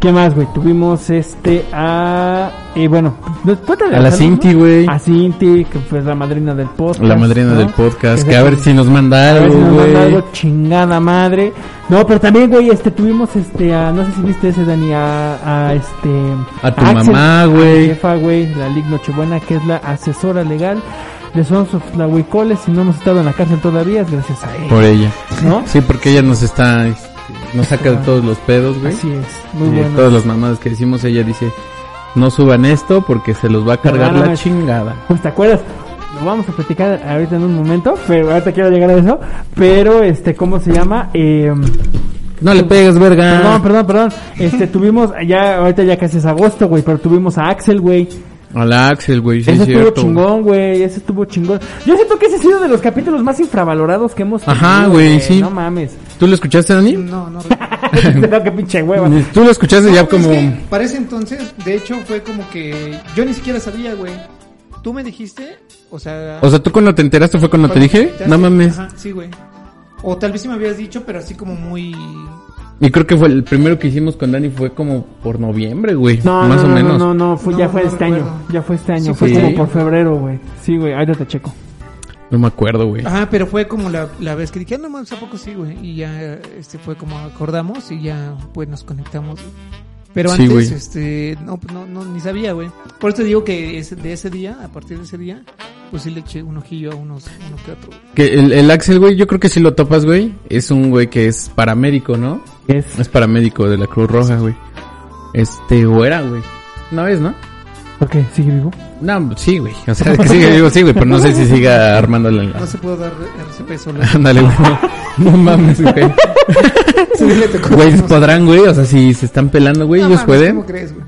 Speaker 3: ¿Qué más, güey? Tuvimos este a. eh, bueno, nos- cuéntale
Speaker 1: A la
Speaker 3: salud, ¿no?
Speaker 1: Cinti, güey.
Speaker 3: A Cinti, que fue la madrina del podcast.
Speaker 1: La madrina
Speaker 3: ¿no?
Speaker 1: del podcast.
Speaker 3: Que
Speaker 1: Que a
Speaker 3: se-
Speaker 1: ver si nos manda
Speaker 3: a ver si
Speaker 1: algo,
Speaker 3: nos manda
Speaker 1: güey.
Speaker 3: algo, chingada madre. No, pero también, güey, este, tuvimos este a. No sé si viste ese, Dani, a, a este.
Speaker 1: A tu
Speaker 3: Axel,
Speaker 1: mamá,
Speaker 3: a mi
Speaker 1: güey.
Speaker 3: jefa, güey, la Lic Nochebuena, que es la asesora legal de Sons of Tlahuicoles. Si no hemos estado en la cárcel todavía, es gracias a ella,
Speaker 1: Por ella.
Speaker 3: ¿no?
Speaker 1: Sí, porque ella nos está. este, Nos saca de todos los pedos, güey.
Speaker 3: Así es,
Speaker 1: Y
Speaker 3: muy
Speaker 1: de
Speaker 3: Ah. bueno.
Speaker 1: Todas las mamadas que decimos, ella dice: No suban esto porque se los va a cargar
Speaker 3: van a
Speaker 1: la
Speaker 3: meter".
Speaker 1: chingada.
Speaker 3: Pues te acuerdas, lo vamos a platicar ahorita en un momento, pero ahorita quiero llegar a eso. Pero, este, ¿cómo se llama? Eh,
Speaker 1: No le pegues, verga.
Speaker 3: Perdón, perdón, perdón. Este, tuvimos, ya, ahorita ya casi es agosto, güey, pero tuvimos a Axel, güey.
Speaker 1: Hola, Axel, güey. Sí,
Speaker 3: ese
Speaker 1: es
Speaker 3: estuvo
Speaker 1: cierto.
Speaker 3: chingón, güey, ese estuvo chingón. Yo siento que ese ha sido de los capítulos más infravalorados que hemos tenido.
Speaker 1: Ajá, güey, sí.
Speaker 3: No mames.
Speaker 1: ¿Tú lo escuchaste, Dani?
Speaker 4: No, no.
Speaker 3: no, qué pinche hueva.
Speaker 1: Tú lo escuchaste ya
Speaker 4: No, pues
Speaker 1: como.
Speaker 4: es que para ese entonces, de hecho, fue como que yo ni siquiera sabía, güey. Tú me dijiste, o sea...
Speaker 1: O sea, tú cuando te enteraste fue cuando te
Speaker 4: cuando
Speaker 1: dije:
Speaker 4: me
Speaker 1: No mames.
Speaker 4: Ajá, sí, güey. O tal vez sí me habías dicho, pero así como muy.
Speaker 1: Y creo que fue el primero que hicimos con Dani fue como por noviembre, güey.
Speaker 3: No,
Speaker 1: más
Speaker 3: no,
Speaker 1: o
Speaker 3: no,
Speaker 1: menos.
Speaker 3: no, no, no, fue- ya
Speaker 4: No,
Speaker 3: fue
Speaker 4: no
Speaker 3: este
Speaker 4: recuerdo.
Speaker 3: año. Ya fue este año.
Speaker 4: Sí,
Speaker 3: fue
Speaker 1: sí.
Speaker 3: como por febrero, güey. Sí, güey, ahorita te checo.
Speaker 1: No me acuerdo, güey.
Speaker 4: Ah, pero fue como la, la vez que dije, ah, no mames, ¿a poco sí, güey? Y ya este fue como acordamos y ya pues nos conectamos. güey. Pero
Speaker 1: Sí,
Speaker 4: antes,
Speaker 1: güey.
Speaker 4: este, no, pues, no, no, ni sabía, güey. Por eso te digo que ese- de ese día, a partir de ese día, pues sí le eché un ojillo a unos, uno que otro.
Speaker 1: Que el, el Axel, güey, yo creo que si lo topas, güey, es un güey que es paramédico, ¿no?
Speaker 3: Es
Speaker 1: Es paramédico de la Cruz Roja, güey. Este, o era, güey. Una vez, ¿no?
Speaker 3: porque sigue vivo.
Speaker 1: No, sí, güey. O sea, que sigue vivo, sí, güey, pero no sé si siga armándole en
Speaker 4: No
Speaker 1: la...
Speaker 4: se pudo dar RCP solo.
Speaker 1: Ándale, güey. No mames, güey.
Speaker 4: Sí, le tocó.
Speaker 1: Güey, podrán, güey. O sea, si se están pelando, güey,
Speaker 4: No
Speaker 1: ellos
Speaker 4: mames,
Speaker 1: pueden.
Speaker 4: ¿Cómo crees, güey?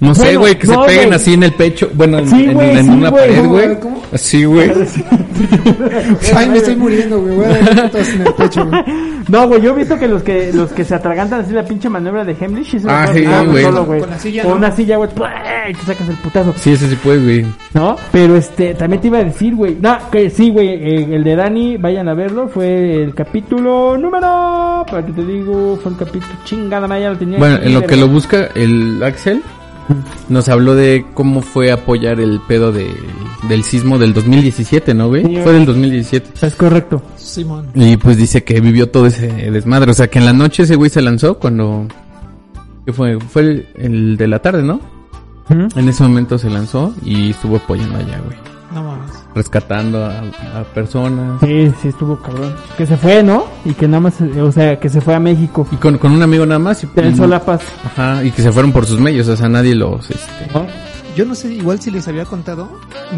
Speaker 1: No sé,
Speaker 3: Bueno,
Speaker 1: güey, que
Speaker 3: no,
Speaker 1: se peguen
Speaker 3: güey.
Speaker 1: así en el pecho. Bueno, en,
Speaker 3: Sí,
Speaker 1: en-
Speaker 3: güey,
Speaker 1: en
Speaker 3: sí,
Speaker 1: una
Speaker 3: güey.
Speaker 1: pared,
Speaker 3: ¿Cómo,
Speaker 1: güey.
Speaker 4: cómo?
Speaker 1: Así, güey.
Speaker 4: Ay, me estoy muriendo, güey. Voy a dar putas en el pecho, güey.
Speaker 3: No, güey, yo he visto que los que los que se atragantan así la pinche maniobra de Heimlich es
Speaker 1: Ah, sí, güey.
Speaker 4: Con la silla,
Speaker 3: Con
Speaker 4: ¿no?
Speaker 3: una silla, güey. ¡pua! Y te sacas el putazo.
Speaker 1: Sí, eso sí puedes, güey.
Speaker 3: ¿No? Pero este, también te iba a decir, güey. No, que sí, güey. eh, el de Dani, vayan a verlo. Fue el capítulo número. Para que te digo, fue el capítulo chingada, madre, ya lo tenía.
Speaker 1: Bueno,
Speaker 3: aquí,
Speaker 1: en lo
Speaker 3: pero-
Speaker 1: que lo busca el Axel, nos habló de cómo fue apoyar el pedo de- del sismo del 2017, ¿no, güey?
Speaker 3: Sí, güey.
Speaker 1: Fue del 2017.
Speaker 3: Es correcto.
Speaker 4: Simón.
Speaker 1: Y pues dice que vivió todo ese desmadre. O sea, que en la noche ese güey se lanzó cuando... ¿Qué fue? Fue el, el de la tarde, ¿no? En ese momento se lanzó y estuvo apoyando allá, güey.
Speaker 4: No mames.
Speaker 1: Rescatando a, a personas.
Speaker 3: Sí, sí, estuvo cabrón. Que se fue, ¿no? Y que nada más, eh, o sea, que se fue a México.
Speaker 1: Y con, con un amigo nada más. Y,
Speaker 3: Y alzó la paz.
Speaker 1: Ajá, y que se fueron por sus medios. O sea, nadie los... Este,
Speaker 3: ¿no?
Speaker 4: Yo no sé, igual si les había contado,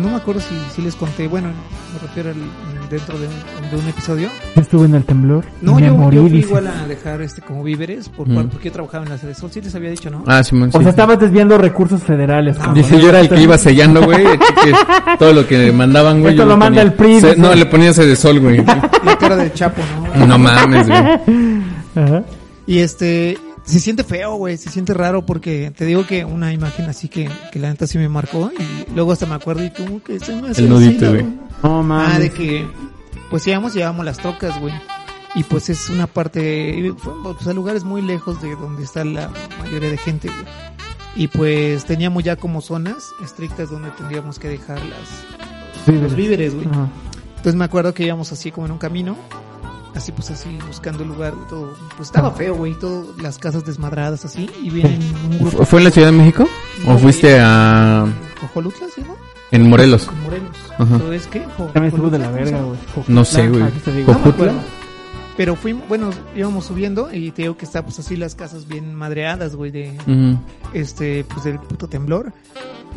Speaker 4: no me acuerdo si, si les conté, bueno, me refiero al, dentro de un, de un episodio.
Speaker 3: Estuve en el temblor.
Speaker 4: No,
Speaker 3: me
Speaker 4: yo,
Speaker 3: morí,
Speaker 4: yo fui
Speaker 3: dice.
Speaker 4: igual a dejar este como víveres por
Speaker 1: Mm.
Speaker 4: parte- porque yo trabajaba en la sede Sol, sí les había dicho, ¿no?
Speaker 1: ah, Simón, sí,
Speaker 3: O sea,
Speaker 1: sí.
Speaker 3: estabas desviando recursos federales.
Speaker 4: Ah,
Speaker 3: cabrón.
Speaker 1: Dice, yo era el que iba sellando, güey. así que todo lo que mandaban, güey.
Speaker 3: Esto
Speaker 1: yo
Speaker 3: lo
Speaker 1: le
Speaker 3: manda
Speaker 1: ponía-
Speaker 3: el PRI,
Speaker 1: Se-
Speaker 3: dice.
Speaker 1: no, le ponía ese de sol, güey.
Speaker 4: La cara de Chapo, ¿no?
Speaker 1: No mames, güey.
Speaker 3: Ajá.
Speaker 4: Y este, se siente feo, güey, se siente raro porque te digo que una imagen así que, que la neta sí me marcó y luego hasta me acuerdo y como que se me hace
Speaker 1: El
Speaker 4: así,
Speaker 1: nudito,
Speaker 4: ¿no?
Speaker 1: güey.
Speaker 3: No mames.
Speaker 4: Ah, de que pues íbamos, llevábamos las trocas, güey. Y pues es una parte, fue, pues, a lugares muy lejos de donde está la mayoría de gente, güey. Y pues teníamos ya como zonas estrictas donde tendríamos que dejar las, los víveres, güey.
Speaker 3: Ajá.
Speaker 4: Entonces me acuerdo que íbamos así como en un camino, así pues así buscando el lugar, güey, todo. Pues estaba feo, güey, todo, las casas desmadradas así. Y viene un grupo
Speaker 1: ¿Fu- ¿Fue en la Ciudad de México? ¿O
Speaker 4: No,
Speaker 1: fuiste a...
Speaker 4: Jojolutla, ¿sí, no?
Speaker 1: en Morelos?
Speaker 4: Con Morelos.
Speaker 1: Ajá.
Speaker 4: Entonces, ¿qué? Jo-
Speaker 3: También estuvo de la
Speaker 4: Jojolutla,
Speaker 3: verga,
Speaker 4: ¿cómo se llama?
Speaker 3: güey. Ah,
Speaker 1: No sé, güey.
Speaker 3: Aquí te digo.
Speaker 4: No me
Speaker 1: Jojutla.
Speaker 4: acuerdo. Pero fuimos, bueno, íbamos subiendo y te digo que está pues así las casas bien madreadas, güey, de
Speaker 1: Ujú.
Speaker 4: este, pues del puto temblor.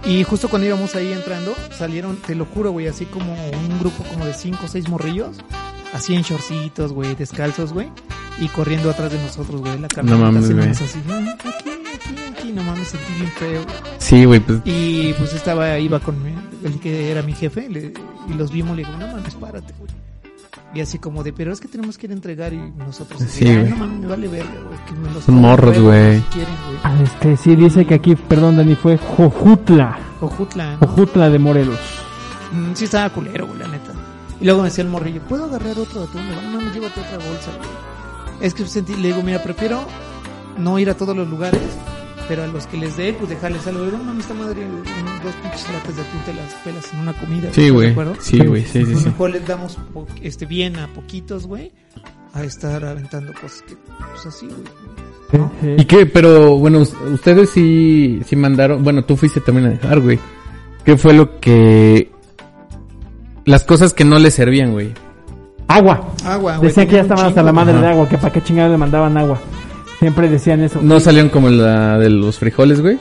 Speaker 4: Y justo cuando íbamos ahí entrando, salieron, te lo juro, güey, así como un grupo como de cinco o seis morrillos, así en shortcitos, güey, descalzos, güey, y corriendo atrás de nosotros, güey, la camioneta.
Speaker 1: mames,
Speaker 4: así,
Speaker 1: güey.
Speaker 4: nomás así, "No, aquí, aquí, aquí, no mames, sentí bien feo.
Speaker 1: Sí, güey, pues...
Speaker 4: Y pues estaba, iba con mi- el que era mi jefe, le- y los vimos, le digo, no mames, párate, güey. Y así como de, pero es que tenemos que ir a entregar y nosotros así,
Speaker 1: Sí,
Speaker 4: "Ay,
Speaker 1: güey.
Speaker 4: no mames, me vale verga, güey. que me los
Speaker 1: Son
Speaker 4: cobren
Speaker 1: morros,
Speaker 4: luego,
Speaker 1: güey.
Speaker 4: Si quieren, güey.
Speaker 3: Ah, Este, sí, dice que aquí, perdón, Dani, fue Jojutla.
Speaker 4: Jojutla, ¿no?
Speaker 3: Jojutla de Morelos.
Speaker 4: Mm, Sí estaba culero, güey, la neta. Y luego me decía el morrillo, ¿puedo agarrar otro atún? Le digo, No, no, llévate otra bolsa, güey. Es que sentí, le digo, mira, prefiero no ir a todos los lugares, pero a los que les dé, pues dejarles algo. Le digo, no, mames, esta madre, un- dos pinches latas de atún te las pelas en una comida.
Speaker 1: Sí,
Speaker 4: ¿estás de
Speaker 1: güey.
Speaker 4: acuerdo?
Speaker 1: Sí, güey, sí, sí,
Speaker 4: Pues
Speaker 1: sí.
Speaker 4: mejor les damos po- este, bien a poquitos, güey, a estar aventando cosas que, pues así, güey. ¿no?
Speaker 3: Sí.
Speaker 1: Eh, ¿Y qué? Pero, bueno, us- ustedes sí, sí mandaron... Bueno, tú fuiste también a dejar, güey. ¿Qué fue lo que... Las cosas que no les servían, güey.
Speaker 3: Agua.
Speaker 4: Agua, güey.
Speaker 3: Decían Ah, que ya
Speaker 4: tenía un
Speaker 3: estaban hasta
Speaker 4: chingo,
Speaker 3: la madre
Speaker 1: Ajá.
Speaker 3: de agua, que para qué chingados le mandaban agua. Siempre decían eso.
Speaker 1: No salieron como la de los frijoles, güey.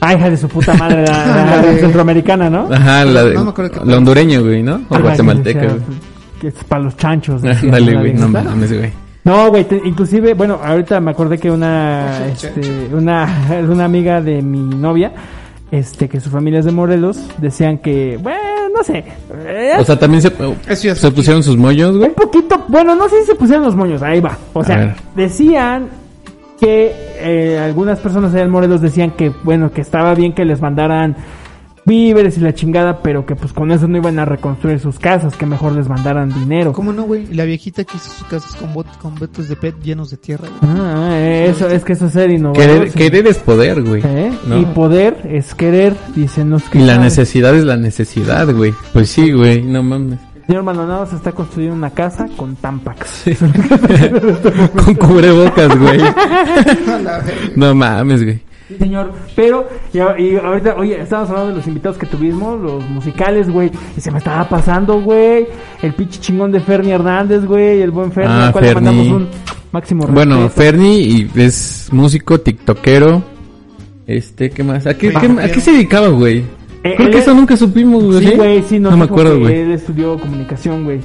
Speaker 3: Ah, hija de su puta madre, la, la- la centroamericana, ¿no?
Speaker 1: Ajá, la, de,
Speaker 4: No me acuerdo qué
Speaker 1: la
Speaker 4: tal.
Speaker 1: hondureña, güey, ¿no? O
Speaker 3: Ah,
Speaker 1: Ah, guatemalteca,
Speaker 3: que
Speaker 1: güey.
Speaker 3: decía, Que es para los chanchos. decía
Speaker 1: Dale,
Speaker 3: una
Speaker 1: güey, no
Speaker 3: viejita.
Speaker 1: mames, güey.
Speaker 3: No, güey, te- inclusive, bueno, ahorita me acordé que una, este, una, una amiga de mi novia, este, que su familia es de Morelos, decían que, bueno, no sé, eh,
Speaker 1: O sea, también se,
Speaker 4: Eso ya es
Speaker 1: se pusieron sus moños, güey.
Speaker 3: un poquito, bueno, no sé si se pusieron los moños, ahí va. O
Speaker 1: A
Speaker 3: sea,
Speaker 1: ver.
Speaker 3: decían que eh, algunas personas allá en Morelos decían que, bueno, que estaba bien que les mandaran víveres y la chingada, pero que pues con eso no iban a reconstruir sus casas, que mejor les mandaran dinero.
Speaker 4: ¿Cómo no, güey? La viejita que hizo sus casas con, bot- con botes de PET llenos de tierra, güey.
Speaker 3: Ah, eh, eso es que eso es ser innovador.
Speaker 1: Querer,
Speaker 3: sí.
Speaker 1: querer es poder, güey.
Speaker 3: ¿Eh?
Speaker 1: ¿no?
Speaker 3: Y poder es querer, dicen los que
Speaker 1: Y la
Speaker 3: saben.
Speaker 1: necesidad es la necesidad, güey. Pues sí, güey, no mames.
Speaker 3: Señor Maldonado se está construyendo una casa con Tampax.
Speaker 1: Con cubrebocas, güey. No mames, güey.
Speaker 3: Sí, señor. Pero, y, a- y ahorita, oye, estábamos hablando de los invitados que tuvimos, los musicales, güey. Y se me estaba pasando, güey. El pinche chingón de Fernie Hernández, güey. El buen Fernie,
Speaker 1: Ah,
Speaker 3: al cual le
Speaker 1: Fernie.
Speaker 3: mandamos un máximo
Speaker 1: Bueno,
Speaker 3: respeto.
Speaker 1: Ferni y es músico, tiktokero. Este, ¿qué más? ¿A qué, qué- a qué se dedicaba, güey?
Speaker 3: Eh,
Speaker 1: Creo
Speaker 3: él
Speaker 1: que
Speaker 3: es-
Speaker 1: eso nunca supimos, güey.
Speaker 3: Sí, güey, sí,
Speaker 1: no,
Speaker 3: nos
Speaker 1: me
Speaker 3: dijo
Speaker 1: acuerdo,
Speaker 3: que
Speaker 1: güey.
Speaker 3: Él estudió comunicación, güey.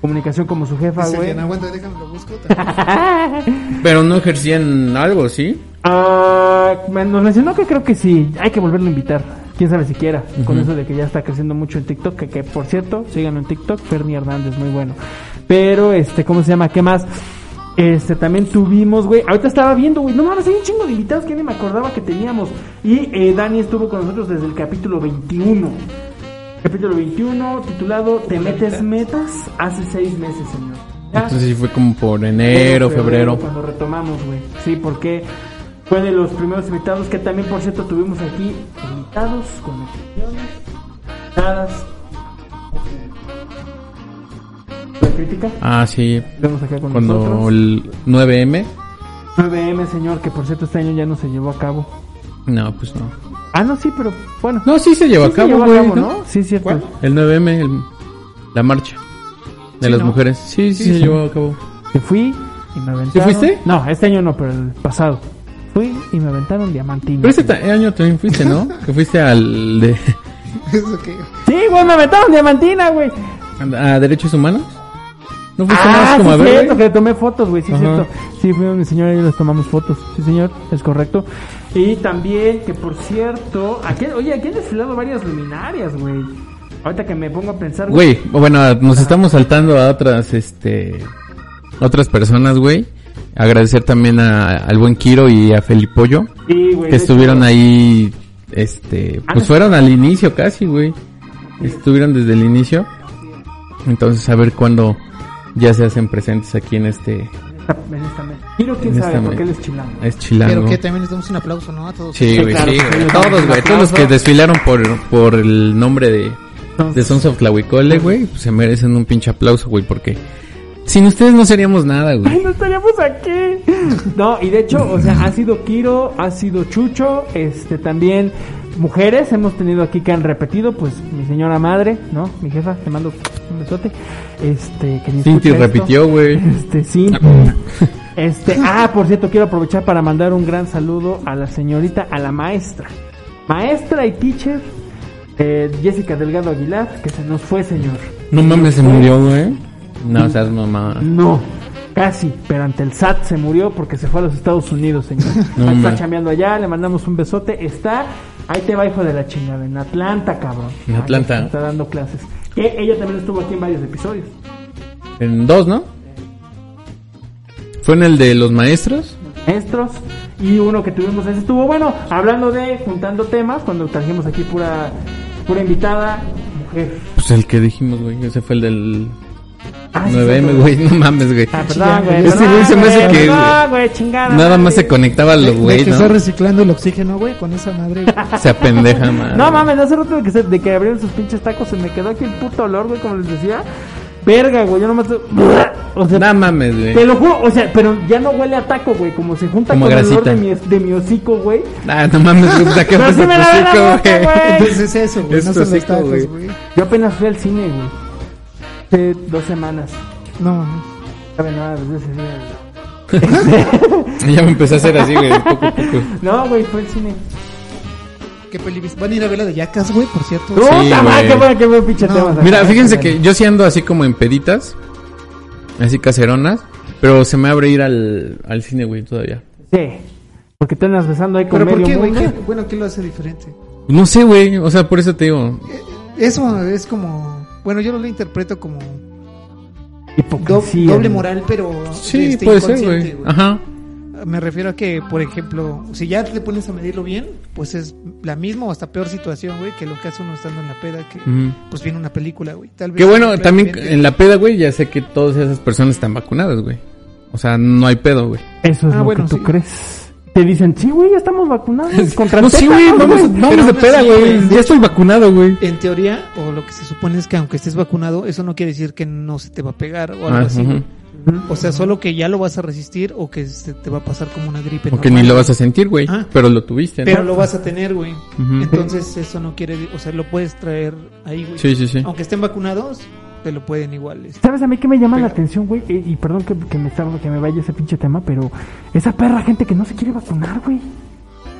Speaker 3: Comunicación como su jefa,
Speaker 4: Dice
Speaker 3: güey.
Speaker 4: Eliana, aguanta, déjame lo busco. también.
Speaker 1: Pero no ejercían algo, ¿sí?
Speaker 3: Ah, me- nos mencionó que creo que sí. Hay que volverlo a invitar. Quién sabe si quiera. Con eso de que ya está creciendo mucho en TikTok. Que, que, por cierto, síganlo en TikTok. Fernie Hernández, muy bueno. Pero, este, ¿cómo se llama? ¿Qué más? Este, también tuvimos, güey. Ahorita estaba viendo, güey. No mames, hay un chingo de invitados que ni me acordaba que teníamos. Y eh, Dani estuvo con nosotros desde el capítulo 21. Capítulo 21, titulado Te metes metas hace seis meses, señor. Ya.
Speaker 1: Entonces sí fue como por enero, Ah. febrero.
Speaker 3: Cuando retomamos, güey. Sí, porque fue de los primeros invitados que también, por cierto, tuvimos aquí invitados con opiniones, invitadas. La crítica.
Speaker 1: Ah, sí.
Speaker 3: Vemos acá con
Speaker 1: Cuando
Speaker 3: nosotros.
Speaker 1: el 9M.
Speaker 3: 9M, señor, que por cierto este año ya no se llevó a cabo.
Speaker 1: No, pues no.
Speaker 3: Ah, no, sí, pero bueno.
Speaker 1: No, sí se llevó
Speaker 3: Sí
Speaker 1: a
Speaker 3: se
Speaker 1: cabo,
Speaker 3: llevó a
Speaker 1: güey.
Speaker 3: cabo,
Speaker 1: ¿no?
Speaker 3: Sí, cierto.
Speaker 4: ¿Cuál?
Speaker 1: El 9M, el- la marcha de las mujeres. Sí, sí, se
Speaker 3: sí.
Speaker 1: llevó a cabo.
Speaker 3: Que fui y me aventaron.
Speaker 1: fuiste?
Speaker 3: No, este año no, pero el pasado. Fui y me aventaron diamantino.
Speaker 1: Pero ese ta- año también fuiste, ¿no? que fuiste al de
Speaker 4: Eso que-
Speaker 3: Sí, güey, me aventaron diamantina, güey.
Speaker 1: a Derechos Humanos. No fuiste
Speaker 3: Ah,
Speaker 1: más
Speaker 3: sí,
Speaker 1: como a ver.
Speaker 3: cierto,
Speaker 1: güey?
Speaker 3: que le tomé fotos, güey, sí,
Speaker 1: Ajá.
Speaker 3: cierto. Sí, fui a mi señora y les tomamos fotos. Sí, señor, es correcto. Y también, que por cierto, aquí, oye, aquí han desfilado varias luminarias, güey. Ahorita que me pongo a pensar,
Speaker 1: Güey, bueno, nos estamos saltando a otras, este, otras personas, güey. Agradecer también a- al buen Kiro y a Felipollo
Speaker 3: Sí, güey,
Speaker 1: que
Speaker 3: de
Speaker 1: estuvieron
Speaker 3: hecho, Ah,
Speaker 1: ahí, este, pues
Speaker 3: Antes-
Speaker 1: fueron al inicio casi, güey. Estuvieron desde el inicio. Entonces a ver cuándo ya se hacen presentes aquí en este,
Speaker 3: en esta- en esta mesa. Quiero quién sabe,
Speaker 1: Honestamente.
Speaker 3: porque él es chilango.
Speaker 1: es
Speaker 4: Pero
Speaker 1: chilango.
Speaker 4: que también les damos un aplauso, ¿no? A todos.
Speaker 1: Sí,
Speaker 3: Sí,
Speaker 1: güey,
Speaker 3: claro,
Speaker 1: sí,
Speaker 3: sí,
Speaker 1: güey.
Speaker 3: yo
Speaker 1: Todos,
Speaker 3: también.
Speaker 1: güey. Todos los que desfilaron por, por el nombre de, de
Speaker 3: Entonces,
Speaker 1: Sons of Tlahuicole, güey, pues se merecen un pinche aplauso, güey, porque sin ustedes no seríamos nada,
Speaker 3: Ay,
Speaker 1: güey.
Speaker 3: no estaríamos aquí. No, y de hecho, o sea, ha sido Kiro, ha sido Chucho, este también mujeres hemos tenido aquí que han repetido, pues mi señora madre, ¿no? Mi jefa, te mando un besote. Este, que ni
Speaker 1: Cinti
Speaker 3: escucha esto.
Speaker 1: repitió, güey.
Speaker 3: Este, sí. Este, ah, por cierto, quiero aprovechar para mandar un gran saludo a la señorita, a la maestra. Maestra y teacher, eh, Jessica Delgado Aguilar, que se nos fue, señor.
Speaker 1: No mames, se murió, güey. No, seas mamá.
Speaker 3: No, casi, pero ante el SAT se murió porque se fue a los Estados Unidos, señor.
Speaker 1: No,
Speaker 3: Ahí está
Speaker 1: man.
Speaker 3: chambeando allá, le mandamos un besote. Está, ahí te va, hijo de la chingada, en Atlanta, cabrón.
Speaker 1: En Atlanta.
Speaker 3: Ahí Está dando clases. Que ella también estuvo aquí en varios episodios.
Speaker 1: En dos, ¿no? Fue en el de los maestros.
Speaker 3: maestros y uno que tuvimos ese estuvo bueno hablando de juntando temas cuando trajimos aquí pura pura invitada mujer
Speaker 1: Pues el que dijimos, güey. Ese fue el del
Speaker 3: Ah, sí,
Speaker 1: 9M,
Speaker 3: cierto.
Speaker 1: güey. No mames, güey.
Speaker 3: ah, perdón, güey,
Speaker 1: Ese güey se me hace
Speaker 3: perdón,
Speaker 1: que-
Speaker 3: perdón, güey, chingada
Speaker 1: Nada
Speaker 3: madre.
Speaker 1: más se conectaba al
Speaker 4: De, de
Speaker 1: güey,
Speaker 4: que está
Speaker 1: ¿no?
Speaker 4: reciclando el oxígeno, güey, con esa madre. güey.
Speaker 1: Se apendeja, man.
Speaker 4: Ah.
Speaker 3: no mames hace rato de que, se- de que abrieron sus pinches tacos se me quedó aquí el puto olor güey como les decía verga güey yo nomás o sea
Speaker 1: No mames,
Speaker 3: te
Speaker 1: güey.
Speaker 3: lo juro, o sea, pero ya no huele a taco, güey, como se junta
Speaker 1: Como
Speaker 3: con el
Speaker 1: grasita.
Speaker 3: olor de mi, de mi hocico, güey.
Speaker 1: Ah, no mames, güey. Saqué
Speaker 3: Pero sí me la ve la boca, güey.
Speaker 4: Pues es eso, güey.
Speaker 1: Es
Speaker 4: No son los
Speaker 1: hocico,
Speaker 4: tacos,
Speaker 1: güey.
Speaker 4: güey.
Speaker 3: Yo apenas fui al cine, güey. Hace dos semanas.
Speaker 4: No, mames.
Speaker 3: Sabe nada, desde ese día, güey.
Speaker 1: Ya me empecé a hacer así, güey. Poco a poco.
Speaker 3: No, güey, fue el cine.
Speaker 4: ¿Qué peli viste? Van a ir a ver la de Yacas, güey, por cierto.
Speaker 3: ¡Puta
Speaker 1: güey.
Speaker 3: madre! ¡Qué bueno, qué buen pinche
Speaker 4: No,
Speaker 3: tema! sacaste.
Speaker 1: Mira, fíjense que yo sí ando así como en peditas, así caseronas, pero se me abre ir al, al cine, güey, todavía.
Speaker 3: Sí. Porque te andas besando ahí con
Speaker 4: ¿Pero por
Speaker 3: medio
Speaker 4: qué, güey?
Speaker 3: mundo.
Speaker 4: ¿Qué- Bueno, ¿qué lo hace diferente?
Speaker 1: No sé, güey, o sea, por eso te digo,
Speaker 4: Eso es como. Bueno, yo lo interpreto como do-
Speaker 3: Hipocresía, güey.
Speaker 4: doble moral, pero.
Speaker 1: sí,
Speaker 4: este,
Speaker 1: puede ser,
Speaker 4: inconsciente,
Speaker 1: güey. Ajá.
Speaker 4: O me refiero a que, por ejemplo, si ya te pones a medirlo bien, pues es la misma o hasta peor situación, güey, que lo que hace uno estando en la peda, que
Speaker 1: Ujú.
Speaker 4: pues viene una película, güey. Tal vez
Speaker 1: Que bueno, también eh,
Speaker 4: claramente-
Speaker 1: en la peda, güey, ya sé que todas esas personas están vacunadas, güey. O sea, no hay pedo, güey.
Speaker 3: Eso es
Speaker 4: Ah,
Speaker 3: lo
Speaker 4: bueno,
Speaker 3: que tú
Speaker 4: sí.
Speaker 3: crees. Te dicen, sí, güey, ya estamos vacunados. Contra
Speaker 1: No,
Speaker 3: el
Speaker 1: sí,
Speaker 3: tétano,
Speaker 1: güey, vamos,
Speaker 4: pero
Speaker 1: vamos de
Speaker 4: aún
Speaker 1: peda,
Speaker 4: así,
Speaker 1: güey.
Speaker 4: güey,
Speaker 1: Ya estoy vacunado, güey.
Speaker 4: En teoría, o lo que se supone es que aunque estés vacunado, eso no quiere decir que no se te va a pegar o algo
Speaker 1: Ah,
Speaker 4: así.
Speaker 1: ujú.
Speaker 4: güey. O sea, solo que ya lo vas a resistir o que se te va a pasar como una gripe.
Speaker 1: O que
Speaker 4: normal.
Speaker 1: ni lo vas a sentir, güey.
Speaker 4: Ah.
Speaker 1: Pero lo tuviste, ¿no?
Speaker 4: Pero lo vas a tener, güey.
Speaker 1: Ujú.
Speaker 4: Entonces eso no quiere, o sea, lo puedes traer ahí, güey.
Speaker 1: Sí, sí, sí.
Speaker 4: Aunque estén vacunados, te lo pueden igual. este.
Speaker 3: ¿Sabes a mí que me llama la
Speaker 4: Venga.
Speaker 3: atención, güey? Eh, Y, perdón que, que me salgo, que me vaya ese pinche tema, pero esa perra gente que no se quiere vacunar, güey.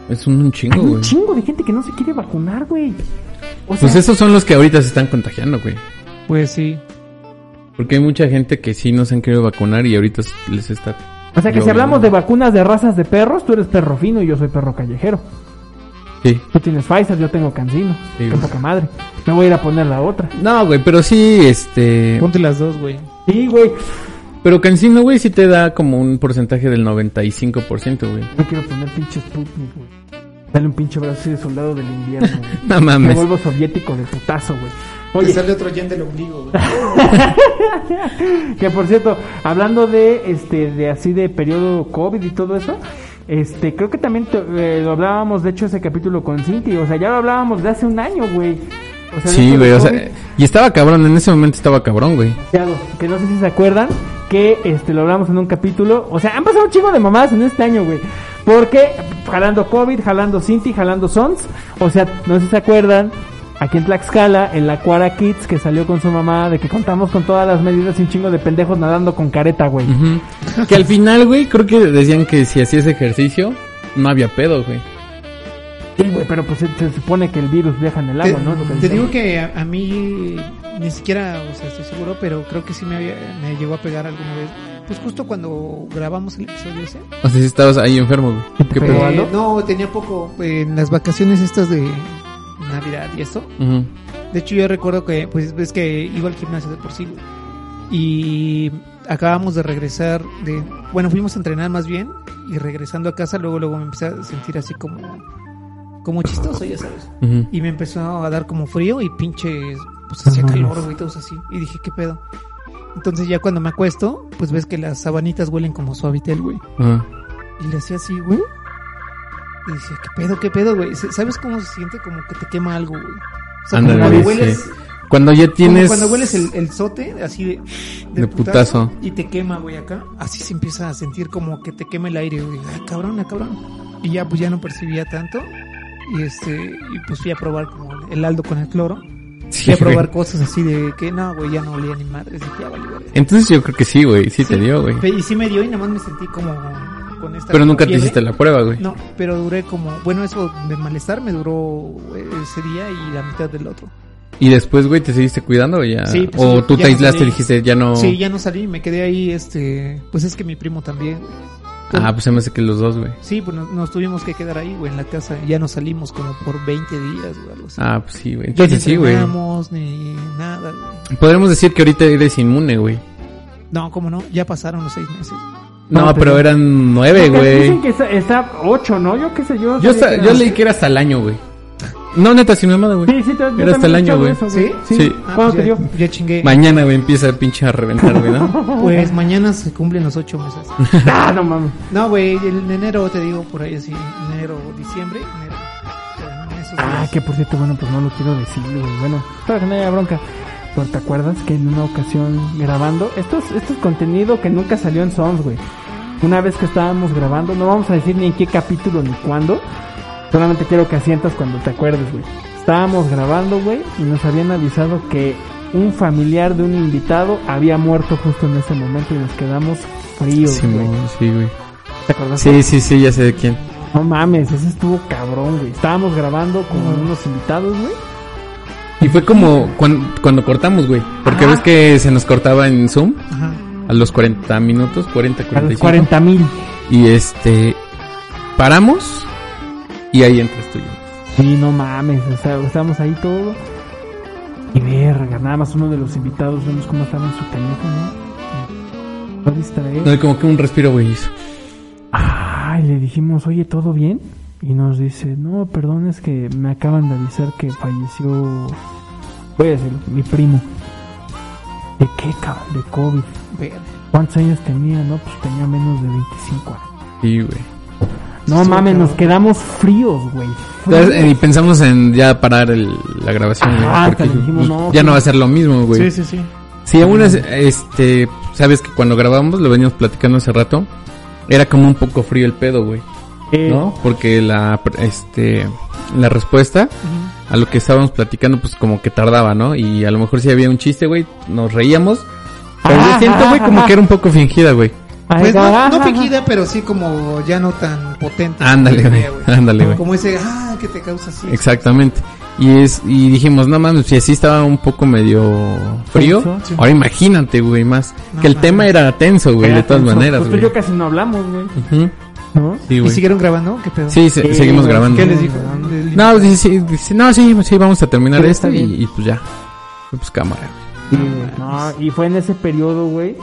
Speaker 1: Es un, un
Speaker 3: Hay
Speaker 1: chingo,
Speaker 3: un
Speaker 1: güey.
Speaker 3: chingo de gente que no se quiere vacunar, güey. O sea,
Speaker 1: Pues esos son los que ahorita se están contagiando, güey.
Speaker 4: Pues sí.
Speaker 1: Porque hay mucha gente que sí no se han querido vacunar y ahorita s- les está...
Speaker 3: o sea que
Speaker 1: yo
Speaker 3: si hablamos
Speaker 1: no.
Speaker 3: de vacunas de razas de perros, tú eres perro fino y yo soy perro callejero.
Speaker 1: Sí.
Speaker 3: Tú tienes Pfizer, yo tengo Cancino.
Speaker 1: Sí,
Speaker 3: Qué
Speaker 1: güey.
Speaker 3: poca madre. Me voy a ir a poner la otra.
Speaker 1: No, güey, pero sí, este...
Speaker 4: Ponte las dos, güey.
Speaker 3: Sí, güey.
Speaker 1: Pero Cancino, güey, sí te da como un porcentaje del 95%, güey.
Speaker 3: No quiero poner pinche Sputnik, güey. Dale un pinche brazo así de soldado del invierno, güey.
Speaker 1: No
Speaker 3: Me
Speaker 1: mames.
Speaker 3: vuelvo soviético de putazo, güey.
Speaker 4: Te
Speaker 3: Oye,
Speaker 4: sale otro yen del ombligo, güey.
Speaker 3: Que por cierto, hablando de este de así de periodo COVID y todo eso, este creo que también to- eh, lo hablábamos de hecho ese capítulo con Cinti, o sea, ya lo hablábamos de hace un año, güey. O sea, de
Speaker 1: Sí,
Speaker 3: esto
Speaker 1: güey,
Speaker 3: del
Speaker 1: o sea...
Speaker 3: COVID,
Speaker 1: Y estaba cabrón, en ese momento estaba cabrón, güey.
Speaker 3: demasiado, que no sé si se acuerdan que este lo hablamos en un capítulo, o sea, han pasado un chingo de mamadas en este año, güey. Porque jalando COVID, jalando Cinti, jalando Sons, o sea, no sé si se acuerdan Aquí en Tlaxcala, en la Cuara Kids, que salió con su mamá, de que contamos con todas las medidas y un chingo de pendejos nadando con careta, güey.
Speaker 1: Ujú. Que al final, güey, creo que decían que si hacías ejercicio, no había pedo, güey.
Speaker 3: Sí, güey, pero pues se, se supone que el virus viaja en el
Speaker 4: Te,
Speaker 3: agua, ¿no? Es lo que
Speaker 4: te
Speaker 3: dicen.
Speaker 4: digo que a, a mí ni siquiera, o sea, estoy seguro, pero creo que sí me, había- me llegó a pegar alguna vez. Pues justo cuando grabamos el episodio ese.
Speaker 1: O sea, si estabas ahí enfermo, güey. ¿Qué
Speaker 3: ¿Te
Speaker 1: pedo?
Speaker 3: pegó
Speaker 4: Eh,
Speaker 3: algo?
Speaker 4: no, tenía poco. eh, En las vacaciones estas de Navidad y esto.
Speaker 1: Ujú.
Speaker 4: De hecho, yo recuerdo que, pues, ves que iba al gimnasio de por sí, güey. Y acabamos de regresar de... Bueno, fuimos a entrenar más bien. Y regresando a casa, luego, luego me empecé a sentir así como... Como chistoso, ya sabes.
Speaker 1: Ujú.
Speaker 4: Y me empezó a dar como frío y pinches... Pues hacía
Speaker 3: No mames.
Speaker 4: calor, güey, todos así. Y dije, ¿qué pedo? Entonces ya cuando me acuesto, pues ves que las sabanitas huelen como suavitel, güey.
Speaker 1: Ajá.
Speaker 4: Y le hacía así, güey. Y decía, ¿qué pedo, qué pedo, güey? ¿Sabes cómo se siente? Como que te quema algo, güey. O sea,
Speaker 1: Ándale,
Speaker 4: como cuando
Speaker 1: güey,
Speaker 4: hueles,
Speaker 1: sí. Cuando ya tienes...
Speaker 4: como cuando hueles el, el sote, así de,
Speaker 1: De putazo.
Speaker 4: Y te quema, güey, acá. Así se empieza a sentir como que te quema el aire, güey. Ah, cabrón, ah, cabrón. Y ya, pues ya no percibía tanto. Y este, y pues fui a probar como el aldo con el cloro.
Speaker 1: Sí,
Speaker 4: Fui a
Speaker 1: güey.
Speaker 4: probar cosas así de que, no, güey, ya no olía ni madres. Dije, ya valió, güey.
Speaker 1: Entonces yo creo que sí, güey. Sí, te dio, güey.
Speaker 4: Pe- Y sí me dio y nada más me sentí como con esta.
Speaker 1: Eh. Pero
Speaker 4: como
Speaker 1: nunca te
Speaker 4: fiebre.
Speaker 1: hiciste la prueba, güey.
Speaker 4: No, pero duré como, bueno, eso de malestar me duró eh, ese día y la mitad del otro.
Speaker 1: Y después, güey, te seguiste cuidando o ya.
Speaker 4: Sí, pues,
Speaker 1: o
Speaker 4: sí,
Speaker 1: tú te
Speaker 4: ya no
Speaker 1: aislaste y
Speaker 4: salí.
Speaker 1: dijiste, ya no.
Speaker 4: Sí, ya no salí, me quedé ahí, este, pues es que mi primo también.
Speaker 1: Ah, pues se me hace que los dos, güey.
Speaker 4: Sí, pues nos, nos tuvimos que quedar ahí, güey, en la casa. Ya no salimos como por 20 días, güey, algo así.
Speaker 1: Ah, pues sí, güey.
Speaker 4: Ya ni
Speaker 1: Entonces sí, güey.
Speaker 4: entrenamos, ni nada, güey.
Speaker 1: Podremos decir que ahorita eres inmune, güey.
Speaker 4: No, cómo no, ya pasaron los seis meses. Ah,
Speaker 1: No,
Speaker 3: No,
Speaker 1: pero
Speaker 3: pero-
Speaker 1: eran nueve,
Speaker 3: Porque Dicen
Speaker 1: güey.
Speaker 3: que está, está 8, ¿no? Yo qué sé, yo.
Speaker 1: Yo,
Speaker 3: sabía
Speaker 1: sa-
Speaker 3: que era-
Speaker 1: yo leí que era hasta el año, güey. No, neta, sin mamada, güey.
Speaker 3: Sí, sí, te- yo
Speaker 1: Era hasta el
Speaker 3: también he
Speaker 1: año,
Speaker 3: escuchado
Speaker 1: güey.
Speaker 3: eso, güey.
Speaker 1: Sí.
Speaker 3: Sí.
Speaker 1: Sí.
Speaker 4: Ah,
Speaker 3: ¿Cuándo
Speaker 4: pues
Speaker 3: te
Speaker 4: ya,
Speaker 3: dio?
Speaker 4: ya chingué.
Speaker 1: Mañana, güey, empieza a pinche a reventar, güey, ¿no?
Speaker 4: Pues mañana se cumplen los ocho meses.
Speaker 3: Ah, no mames.
Speaker 4: No, güey, en enero te digo por ahí así, enero, diciembre, enero. En esos
Speaker 3: Ah,
Speaker 4: días.
Speaker 3: que por cierto, bueno, pues no lo quiero decir, güey. Bueno, para que no haya bronca. Pero te acuerdas que en una ocasión grabando, esto es, esto es contenido que nunca salió en Sons, güey. Una vez que estábamos grabando, no vamos a decir ni en qué capítulo ni cuándo. Solamente quiero que asientas cuando te acuerdes, güey. Estábamos grabando, güey, y nos habían avisado que un familiar de un invitado había muerto justo en ese momento y nos quedamos fríos,
Speaker 1: Sí,
Speaker 3: güey.
Speaker 1: mo- sí, güey.
Speaker 3: ¿Te acuerdas?
Speaker 1: Sí, sí, sí, ya sé de quién.
Speaker 3: No mames, ese estuvo cabrón, güey. Estábamos grabando con unos invitados, güey.
Speaker 1: Y fue como cuan- cuando cortamos, güey. Porque ves que se nos cortaba en Zoom
Speaker 4: Ajá.
Speaker 1: a los 40 minutos, 40,
Speaker 3: A los
Speaker 1: 45.
Speaker 3: 40 mil.
Speaker 1: Y este. Paramos. Y ahí entras tú. güey.
Speaker 3: Sí, no mames, o sea, estábamos ahí todo. Y verga, nada más uno de los invitados, vemos cómo estaba en su teléfono. No distraer.
Speaker 1: No, y como que un respiro, güey. hizo.
Speaker 3: Ah, y le dijimos, oye, ¿todo bien? Y nos dice, no, perdón, es que me acaban de avisar que falleció, voy a decirlo, mi primo. ¿De qué, cabrón? De COVID.
Speaker 4: Verga.
Speaker 3: ¿Cuántos años tenía? No, pues tenía menos de 25 años.
Speaker 1: Sí, güey.
Speaker 3: No
Speaker 4: Sí,
Speaker 3: mames,
Speaker 4: cabrón.
Speaker 3: nos quedamos fríos, güey. fríos.
Speaker 1: Entonces, eh, y pensamos en ya parar el- la grabación, güey,
Speaker 3: Ah,
Speaker 1: porque
Speaker 3: te dijimos,
Speaker 1: pues,
Speaker 3: no,
Speaker 1: ya no
Speaker 3: güey.
Speaker 1: va a ser lo mismo, güey.
Speaker 5: Sí, sí, sí.
Speaker 1: Sí, aún es, este, sabes que cuando grabamos, lo veníamos platicando hace rato, era como un poco frío el pedo, güey,
Speaker 3: Eh,
Speaker 1: ¿no? Porque la, pr- este, la respuesta a lo que estábamos platicando, pues como que tardaba, ¿no? Y a lo mejor si había un chiste, güey, nos reíamos, pero yo
Speaker 3: Ajá,
Speaker 1: siento, güey,
Speaker 3: ajá,
Speaker 1: como
Speaker 3: ajá.
Speaker 1: que era un poco fingida, güey.
Speaker 3: ahí
Speaker 4: Pues no,
Speaker 3: va,
Speaker 4: no
Speaker 3: ajá,
Speaker 4: fingida, pero sí como ya no tan potente.
Speaker 1: Ándale, güey, ándale, güey.
Speaker 4: Como ese, ah, que te causa así.
Speaker 1: Exactamente. Y es y dijimos, no mames, si así estaba un poco medio frío.
Speaker 3: Tenso,
Speaker 1: Ahora imagínate, güey, más
Speaker 4: No
Speaker 1: que el
Speaker 4: mames.
Speaker 1: tema era tenso, güey,
Speaker 3: ajá.
Speaker 1: de todas maneras,
Speaker 3: Justo
Speaker 1: güey.
Speaker 3: Pues, yo casi no hablamos, güey.
Speaker 1: Ujú.
Speaker 3: ¿No?
Speaker 1: Sí,
Speaker 4: ¿Y
Speaker 1: güey.
Speaker 4: siguieron grabando? ¿Qué pedo?
Speaker 1: Sí, se-
Speaker 3: Sí,
Speaker 1: seguimos
Speaker 3: güey.
Speaker 1: grabando.
Speaker 4: ¿Qué les dijo?
Speaker 1: No, sí, sí, sí, no, sí, sí, vamos a terminar
Speaker 4: Pero
Speaker 1: esta
Speaker 4: está
Speaker 1: y,
Speaker 4: bien.
Speaker 1: y pues ya. Y Pues cámara.
Speaker 3: No, y fue en ese periodo, güey,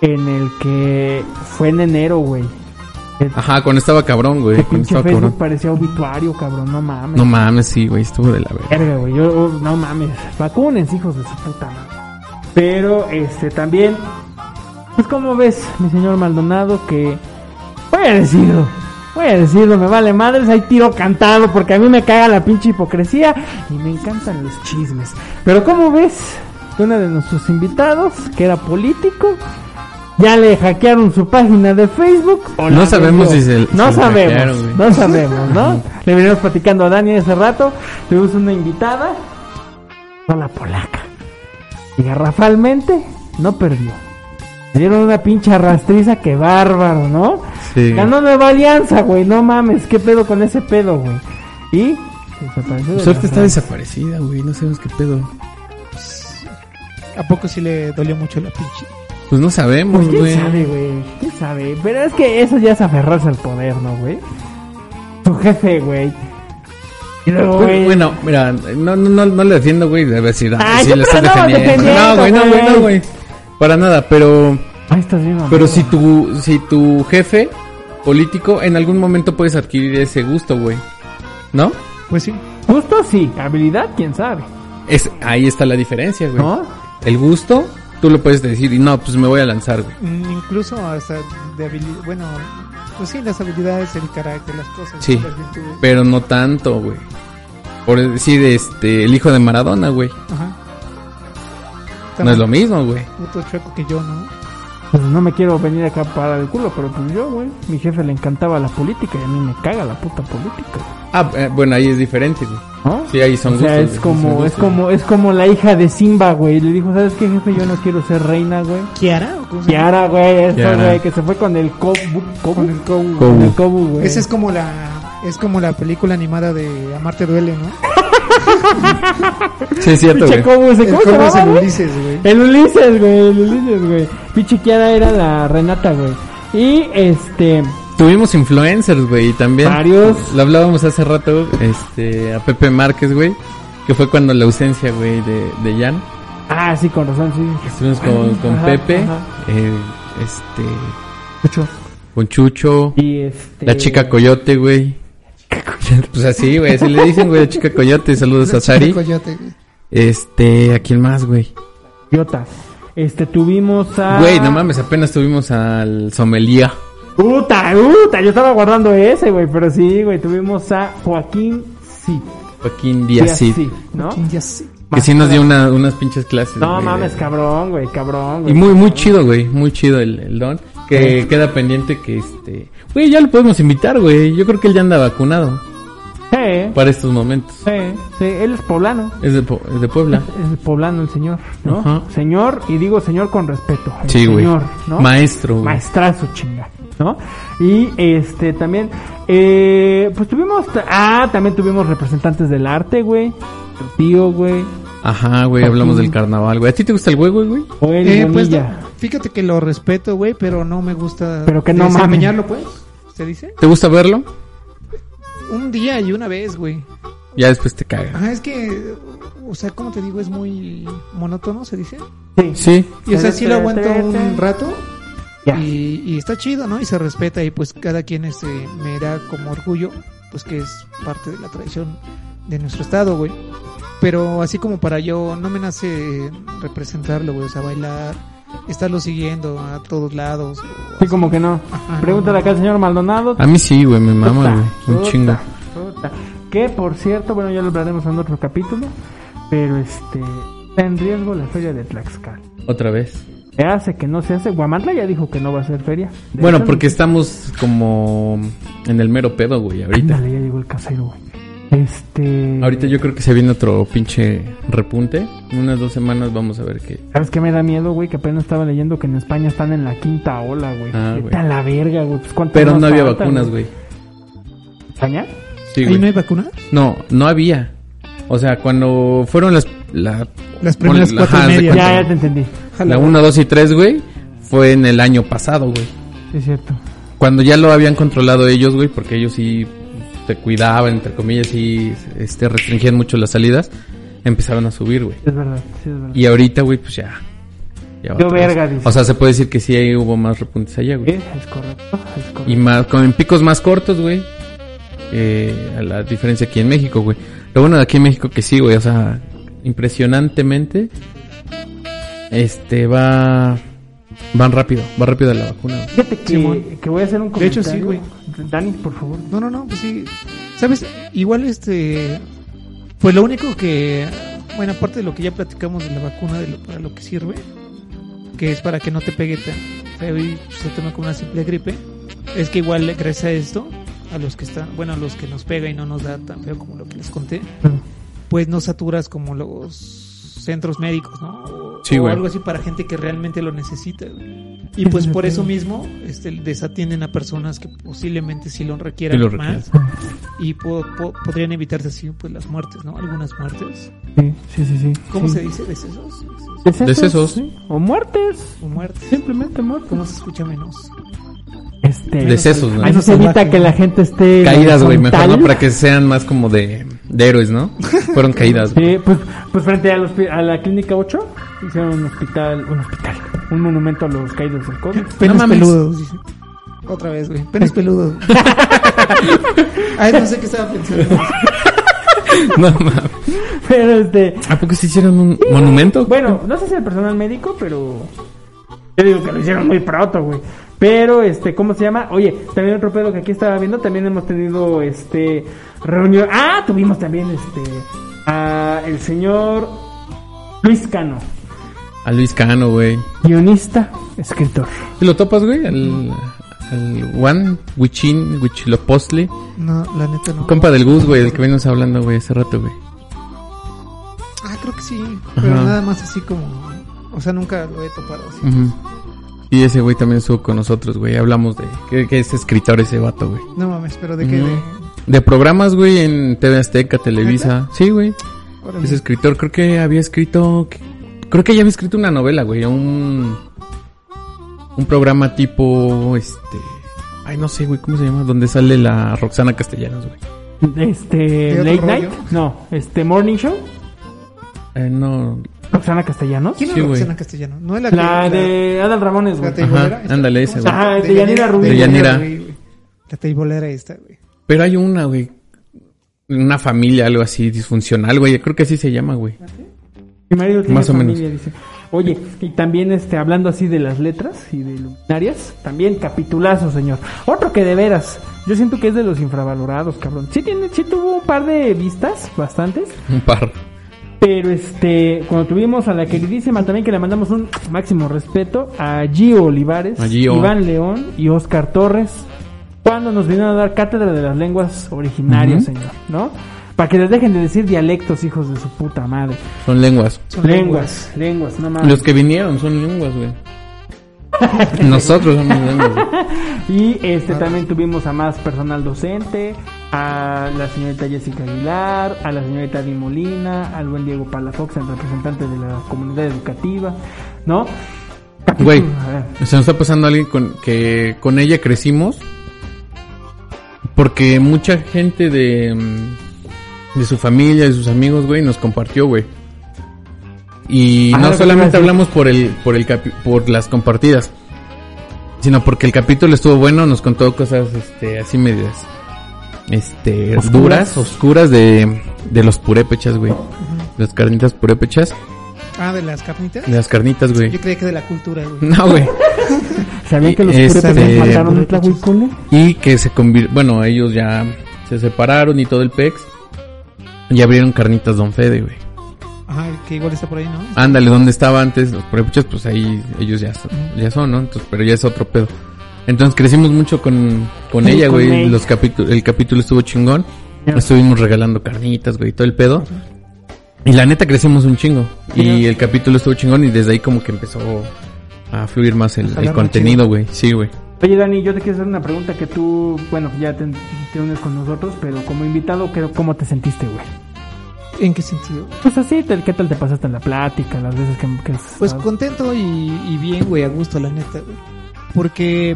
Speaker 3: en el que fue en enero, güey. Que-
Speaker 1: Ajá, cuando estaba cabrón, güey.
Speaker 3: que
Speaker 1: Cuando
Speaker 3: pinche
Speaker 1: estaba
Speaker 3: Facebook
Speaker 1: cabrón.
Speaker 3: parecía obituario, cabrón, no mames.
Speaker 1: No mames, sí, güey, estuvo de la verga.
Speaker 3: Verga, güey, yo, oh, no mames, vacunen, hijos de su puta madre. Pero, este, también, pues como ves, mi señor Maldonado, que voy a decirlo, voy a decirlo, me vale madres, hay tiro cantado, porque a mí me caga la pinche hipocresía y me encantan los chismes. Pero como ves, que uno de nuestros invitados, que era político, ya le hackearon su página de Facebook. o
Speaker 1: No
Speaker 3: la
Speaker 1: sabemos
Speaker 3: vendió.
Speaker 1: si se-
Speaker 3: No
Speaker 1: se la
Speaker 3: sabemos.
Speaker 1: hackearon, güey.
Speaker 3: No sabemos, ¿no? Le venimos platicando a Dani hace rato. Tuvimos una invitada. No la polaca. Y garrafalmente no perdió. Le dieron una pinche arrastriza que bárbaro, ¿no?
Speaker 1: Sí.
Speaker 3: Ganó Nueva Alianza, güey. No mames, qué pedo con ese pedo, güey. Y desapareció. de
Speaker 1: Suerte
Speaker 3: la
Speaker 1: Pues está
Speaker 3: faz.
Speaker 1: desaparecida, güey, no sabemos qué pedo.
Speaker 4: ¿A poco sí le dolió mucho la pinche?
Speaker 1: Pues no sabemos,
Speaker 3: Pues quién
Speaker 1: güey.
Speaker 3: sabe, güey. Quién sabe. Pero es que eso ya es aferrarse al poder, ¿no, güey? Tu jefe, güey. Y luego,
Speaker 1: Bueno,
Speaker 3: güey.
Speaker 1: Pues, bueno, mira, no, no, no, no le defiendo, güey, de decir, ah,
Speaker 3: Ay,
Speaker 1: sí,
Speaker 3: ¿tú
Speaker 1: le
Speaker 3: por
Speaker 1: estás
Speaker 3: qué andabas
Speaker 1: defendiendo. No, güey,
Speaker 3: defendiendo,
Speaker 1: no, güey, no,
Speaker 3: güey?
Speaker 1: güey. Para nada, pero,
Speaker 3: Ahí estás bien, mamá.
Speaker 1: pero si tu, si tu jefe político en algún momento puedes adquirir ese gusto, güey, ¿no?
Speaker 4: Pues sí.
Speaker 3: Justo sí. Habilidad, quién sabe.
Speaker 1: Es, ahí está la diferencia, güey.
Speaker 3: ¿No?
Speaker 1: El gusto, tú lo puedes decir y no, pues me voy a lanzar, güey.
Speaker 4: Mm, Incluso hasta de habilidad. Bueno, pues sí, las habilidades, el carácter, las cosas.
Speaker 1: Sí.
Speaker 4: Las virtudes.
Speaker 1: Pero no tanto, güey. Por decir, este, el hijo de Maradona, güey.
Speaker 4: Ajá.
Speaker 1: No es lo mismo, güey.
Speaker 4: Puto chueco que yo, ¿no?
Speaker 3: Pues no me quiero venir acá para el culo, pero pues yo, güey. Mi jefe le encantaba la política y a mí me caga la puta política.
Speaker 1: Ah, eh, bueno, ahí es diferente, güey.
Speaker 3: ¿No?
Speaker 1: Sí, ahí son
Speaker 3: O sea,
Speaker 1: gustos,
Speaker 3: es
Speaker 1: güey, son
Speaker 3: como, es
Speaker 1: gustos.
Speaker 3: como, es como la hija de Simba, güey. Le dijo, ¿sabes qué, jefe? Yo no quiero ser reina, güey.
Speaker 4: ¿Kiara? ¿O cómo se llama?
Speaker 3: Kiara, güey, esta,
Speaker 1: Kiara.
Speaker 3: güey, que se fue con el Kobu, Kobu,
Speaker 4: Con el Kobu.
Speaker 3: Con el Kobu, güey.
Speaker 4: Esa es como la. Es como la película animada de Amarte Duele, ¿no?
Speaker 1: Sí, es cierto,
Speaker 3: Pinche
Speaker 1: güey.
Speaker 3: Kobu, ese,
Speaker 4: El
Speaker 3: ¿cómo se
Speaker 4: Kobu es
Speaker 3: llamaba,
Speaker 4: el
Speaker 3: güey?
Speaker 4: Ulises, güey.
Speaker 1: Eh,
Speaker 3: El Ulises, güey, el Ulises, güey. Pinche Kiara era la Renata, güey. Y, este,
Speaker 1: Tuvimos influencers, güey, y también.
Speaker 3: Varios.
Speaker 1: Lo hablábamos hace rato, este, a Pepe Márquez, güey, que fue cuando la ausencia, güey, de, de Jan.
Speaker 3: ah, sí, con razón, sí.
Speaker 1: Estuvimos con, con
Speaker 3: Ajá,
Speaker 1: Pepe,
Speaker 3: ajá.
Speaker 1: eh, este, con Chucho,
Speaker 3: Y, este...
Speaker 1: la chica Coyote, güey. Pues así, güey, así le dicen, güey, la chica Coyote. Saludos a Sari.
Speaker 4: Coyote, güey.
Speaker 1: Este, ¿a quién más, güey?
Speaker 3: Idiota. Este, tuvimos a...
Speaker 1: Güey, no mames, apenas tuvimos al sommelier.
Speaker 3: Puta, puta, yo estaba guardando ese, güey, pero sí, güey, tuvimos a Joaquín Sí.
Speaker 1: Joaquín Díaz Cid,
Speaker 3: Sí, ¿no?
Speaker 4: Ya sé.
Speaker 1: Que sí nos dio una- unas pinches clases.
Speaker 3: No
Speaker 1: güey,
Speaker 3: mames,
Speaker 1: de-
Speaker 3: cabrón, güey, cabrón,
Speaker 1: Y
Speaker 3: güey.
Speaker 1: muy, muy chido, güey. Muy chido el, el don. Que queda pendiente que este. Güey, ya lo podemos invitar, güey. Yo creo que él ya anda vacunado
Speaker 3: Sí,
Speaker 1: para estos momentos.
Speaker 3: sí, sí, él es poblano.
Speaker 1: Es de, Po- es de Puebla.
Speaker 3: Es poblano el señor, ¿no?
Speaker 1: Ajá.
Speaker 3: Señor, y digo señor con respeto. el
Speaker 1: Sí, güey.
Speaker 3: Señor, ¿no?
Speaker 1: Maestro, güey.
Speaker 3: Maestrazo, chinga, ¿no? Y este también, eh, pues tuvimos, ta- ah, también tuvimos representantes del arte, güey. Tu tío, güey.
Speaker 1: Ajá, güey. Hablamos del carnaval, güey. ¿A ti te gusta el güey, güey, güey?
Speaker 3: O el
Speaker 4: Eh, pues,
Speaker 3: Bonilla.
Speaker 4: no, fíjate que lo respeto, güey, pero no me gusta
Speaker 3: Pero que no mames.
Speaker 4: desempeñarlo, pues. ¿Se dice?
Speaker 1: ¿Te gusta verlo?
Speaker 4: Un día y una vez, güey.
Speaker 1: Ya después te caga.
Speaker 4: Ajá, Ah, es que, o sea, como te digo, es muy monótono, se dice.
Speaker 3: Sí.
Speaker 1: Sí.
Speaker 4: Y o sea, sí lo aguanto un rato
Speaker 3: Ya.
Speaker 4: Y, y está chido, ¿no? Y se respeta y pues cada quien este, me da como orgullo, pues que es parte de la tradición de nuestro estado, güey. Pero así como para yo, no me nace representarlo, güey, o sea, bailar, estarlo siguiendo a todos lados. o
Speaker 3: Sí,
Speaker 4: así.
Speaker 3: como que no.
Speaker 4: Ajá,
Speaker 3: Pregúntale
Speaker 4: no,
Speaker 3: acá al señor Maldonado.
Speaker 1: A mí sí, güey, me
Speaker 3: Puta,
Speaker 1: mama, güey. Un
Speaker 3: puta,
Speaker 1: chingo.
Speaker 3: puta. Que por cierto, bueno, ya lo hablaremos en otro capítulo, pero este está en riesgo la feria de Tlaxcala.
Speaker 1: Otra vez.
Speaker 3: Se hace que no se hace. Guamantla ya dijo que no va a ser feria. De
Speaker 1: Bueno,
Speaker 3: hecho,
Speaker 1: porque estamos como en el mero pedo, güey, ahorita.
Speaker 3: Ándale, ya llegó el casero, güey. Este.
Speaker 1: Ahorita yo creo que se viene otro pinche repunte. En unas dos semanas vamos a ver qué.
Speaker 3: ¿Sabes qué me da miedo, güey? Que apenas estaba leyendo que en España están en la quinta ola, güey.
Speaker 1: Ah,
Speaker 3: Vete
Speaker 1: güey.
Speaker 3: a la verga, güey. Pues, ¿cuánto
Speaker 1: Pero
Speaker 3: nos
Speaker 1: no había
Speaker 3: falta,
Speaker 1: vacunas, güey.
Speaker 3: ¿España?
Speaker 1: Sí,
Speaker 4: ¿Ahí no
Speaker 1: güey.
Speaker 4: hay vacuna?
Speaker 1: No, no había. O sea, cuando fueron las. la-
Speaker 4: Las primeras
Speaker 1: Ajá,
Speaker 4: cuatro y
Speaker 1: haz de
Speaker 4: media.
Speaker 1: cuenta,
Speaker 3: Ya, ya te entendí.
Speaker 1: La 1, 2 y 3, güey, fue en el año pasado, güey.
Speaker 3: Sí, es cierto.
Speaker 1: Cuando ya lo habían controlado ellos, güey, porque ellos sí se cuidaban, entre comillas, y este, restringían mucho las salidas, empezaron a subir, güey.
Speaker 3: Sí, es verdad. Sí, es verdad.
Speaker 1: Y ahorita, güey, pues ya. ya
Speaker 3: Dio
Speaker 1: otra vez.
Speaker 3: verga, dice.
Speaker 1: O sea, se puede decir que sí ahí hubo más repuntes allá,
Speaker 3: Sí,
Speaker 1: güey.
Speaker 3: Es correcto. Es correcto.
Speaker 1: Y más, con en picos más cortos, güey. eh, a la diferencia aquí en México, güey. Lo bueno de aquí en México que sí, güey. O sea, impresionantemente. Este va. Van rápido, va rápido la vacuna. güey.
Speaker 3: Fíjate que,
Speaker 4: Simón.
Speaker 3: que voy a hacer un
Speaker 4: De
Speaker 3: comentario.
Speaker 4: hecho, sí, güey.
Speaker 3: Dani, por favor.
Speaker 4: No, no, no, pues sí. ¿Sabes? Igual este. Pues lo único que. Bueno, aparte de lo que ya platicamos de la vacuna, de lo, para lo que sirve, que es para que no te pegue tan feo y se tome como una simple gripe, es que igual gracias a esto, a los que están. Bueno, a los que nos pega y no nos da tan feo como lo que les conté, pues no saturas como los centros médicos, ¿no? O,
Speaker 1: Sí,
Speaker 4: o
Speaker 1: güey.
Speaker 4: algo así para gente que realmente lo necesita. güey. Y pues
Speaker 3: Ese es
Speaker 4: por
Speaker 3: el
Speaker 4: eso
Speaker 3: pedo.
Speaker 4: mismo este, desatienden a personas que posiblemente sí lo requieran
Speaker 1: Sí lo requieren.
Speaker 4: más y po- po- podrían evitarse así pues las muertes, ¿no? Algunas muertes.
Speaker 3: Sí, sí, sí. sí.
Speaker 4: ¿Cómo
Speaker 3: Sí.
Speaker 4: se dice? ¿Decesos? ¿Decesos?
Speaker 3: Decesos.
Speaker 1: Decesos.
Speaker 3: sí. O muertes.
Speaker 4: ¿O muertes?
Speaker 3: Simplemente muertes.
Speaker 4: ¿Cómo se escucha menos?
Speaker 3: Este,
Speaker 1: Decesos, güey.
Speaker 3: Ahí se evita
Speaker 4: salvaje.
Speaker 3: que la gente esté.
Speaker 1: Caídas, güey, mejor
Speaker 3: horizontal.
Speaker 1: no para que sean más como de, de héroes, ¿no? Fueron caídas, güey.
Speaker 3: Sí, pues, pues frente a, los, pi- a la clínica 8 hicieron un hospital, un hospital, un monumento a los caídos del COVID.
Speaker 4: Penes
Speaker 1: mames.
Speaker 4: peludos, dice. Otra vez, güey. Penes peludos. Ay, no sé qué estaba pensando.
Speaker 1: No mames.
Speaker 3: Pero este,
Speaker 1: ¿A poco se hicieron un monumento?
Speaker 3: bueno, no sé si el personal médico, pero yo digo que lo hicieron muy pronto, güey. Pero este, ¿cómo se llama? Oye, también otro pedo que aquí estaba viendo, también hemos tenido este reunión, ah, tuvimos también este a el señor Luis Cano,
Speaker 1: A Luis Cano, güey.
Speaker 3: guionista, escritor.
Speaker 1: ¿Y lo topas, güey? Al, al Juan Huichin, Huichilopostli.
Speaker 4: No, la neta no.
Speaker 1: Compa del Gus, güey, el que venimos hablando, güey, hace rato, güey.
Speaker 4: Ah, creo que sí. Pero
Speaker 1: Ajá.
Speaker 4: nada más así como. O sea, nunca lo he topado así.
Speaker 1: Ujú. Y ese güey también estuvo con nosotros, güey. Hablamos de que, que es escritor ese vato, güey.
Speaker 4: No mames, pero de qué. De...
Speaker 1: De programas, güey, en TV Azteca, Televisa. Sí, güey.
Speaker 4: Órale.
Speaker 1: Es escritor, creo que había escrito. Creo que ya había escrito una novela, güey. Un. Un programa tipo. Este. Ay, no sé, güey, ¿cómo se llama? Donde sale la Roxana Castellanos, güey.
Speaker 3: Este
Speaker 4: otro
Speaker 3: Late
Speaker 4: rollo?
Speaker 3: Night, no, este Morning Show,
Speaker 1: Eh, no.
Speaker 3: Roxana Castellanos.
Speaker 4: ¿Quién es
Speaker 1: Sí, güey.
Speaker 4: Roxana Castellano? No es la que.
Speaker 3: La de Adal Ramones,
Speaker 4: La
Speaker 3: güey.
Speaker 4: teibolera.
Speaker 1: Ajá, ándale, esa,
Speaker 4: ¿Cómo se llama?
Speaker 3: güey. Ajá, Ah, de Yanira Rubí.
Speaker 4: de
Speaker 1: Yanira.
Speaker 4: Rubí, güey. La teibolera esta, güey.
Speaker 1: Pero hay una, güey. Una familia, algo así, disfuncional, güey. Creo que así se llama, güey.
Speaker 3: Mi marido tiene
Speaker 1: Más o
Speaker 3: familia, dice. Oye, y también este, hablando así de las letras y de luminarias, también capitulazo, señor. Otro que de veras, yo siento que es de los infravalorados, cabrón. Sí, tiene, sí tuvo un par de vistas, bastantes,
Speaker 1: Un par.
Speaker 3: pero este, cuando tuvimos a la queridísima también que le mandamos un máximo respeto a Gio Olivares,
Speaker 1: A Gio.
Speaker 3: Iván León y Oscar Torres, cuando nos vinieron a dar cátedra de las lenguas originarias,
Speaker 1: Ujú.
Speaker 3: señor, ¿no? Para que les dejen de decir dialectos, hijos de su puta madre.
Speaker 1: Son lenguas.
Speaker 4: Son
Speaker 3: Lenguas, lenguas, no mames.
Speaker 1: Los que vinieron son lenguas, güey. Nosotros somos lenguas, güey.
Speaker 3: Y este también tuvimos a más personal docente, a la señorita Jessica Aguilar, a la señorita Di Molina, al buen Diego Palafox, el representante de la comunidad educativa, ¿no?
Speaker 1: Güey,
Speaker 3: A ver.
Speaker 1: se nos está pasando alguien con, que con ella crecimos. Porque mucha gente de, mm, de su familia, de sus amigos, güey, nos compartió, güey. Y
Speaker 3: Ah, lo
Speaker 1: no
Speaker 3: Ah, que te iba a
Speaker 1: solamente
Speaker 3: decir.
Speaker 1: hablamos por el, por el capi- por las compartidas. sino porque el capítulo estuvo bueno, nos contó cosas este, así medias este,
Speaker 3: Oscuras.
Speaker 1: duras, oscuras de, de los purépechas, güey. Las carnitas purépechas,
Speaker 4: Ah, de las carnitas.
Speaker 1: de las carnitas,
Speaker 4: Yo
Speaker 1: güey.
Speaker 4: creía que de la cultura, güey.
Speaker 1: No, güey.
Speaker 3: ¿Sabían que los
Speaker 1: Este-
Speaker 3: purépechas mataron a Tlahuicole?
Speaker 1: Y que se convirtió, bueno, ellos ya se separaron y todo el pex. Y abrieron carnitas Don Fede, güey.
Speaker 4: Ajá, que igual está por ahí, ¿no?
Speaker 1: Ándale, donde estaba antes los purépechas, pues ahí ellos ya, son- ya son, ¿no? Entonces, pero ya es otro pedo. Entonces crecimos mucho con, con
Speaker 3: Sí,
Speaker 1: ella,
Speaker 3: con
Speaker 1: güey.
Speaker 3: ella.
Speaker 1: Los capítulos, el capítulo estuvo chingón.
Speaker 3: Ya.
Speaker 1: Estuvimos regalando carnitas, güey, todo el pedo. Y la neta crecimos un chingo. Y
Speaker 4: Ya.
Speaker 1: el capítulo estuvo chingón y desde ahí como que empezó a fluir más el,
Speaker 3: Pues
Speaker 4: A
Speaker 1: el
Speaker 4: jalar más
Speaker 1: contenido, güey. Sí, güey.
Speaker 3: Oye, Dani, yo te quiero hacer una pregunta que tú, bueno, ya te, te unes con nosotros, pero como invitado, ¿qué- ¿cómo te sentiste, güey?
Speaker 4: ¿En qué sentido?
Speaker 3: Pues así, te- ¿qué tal te pasaste en la plática? Las veces que, que has
Speaker 4: Pues
Speaker 1: Ah.
Speaker 3: estado?
Speaker 4: contento y, y bien, güey, a gusto, la neta, güey. Porque,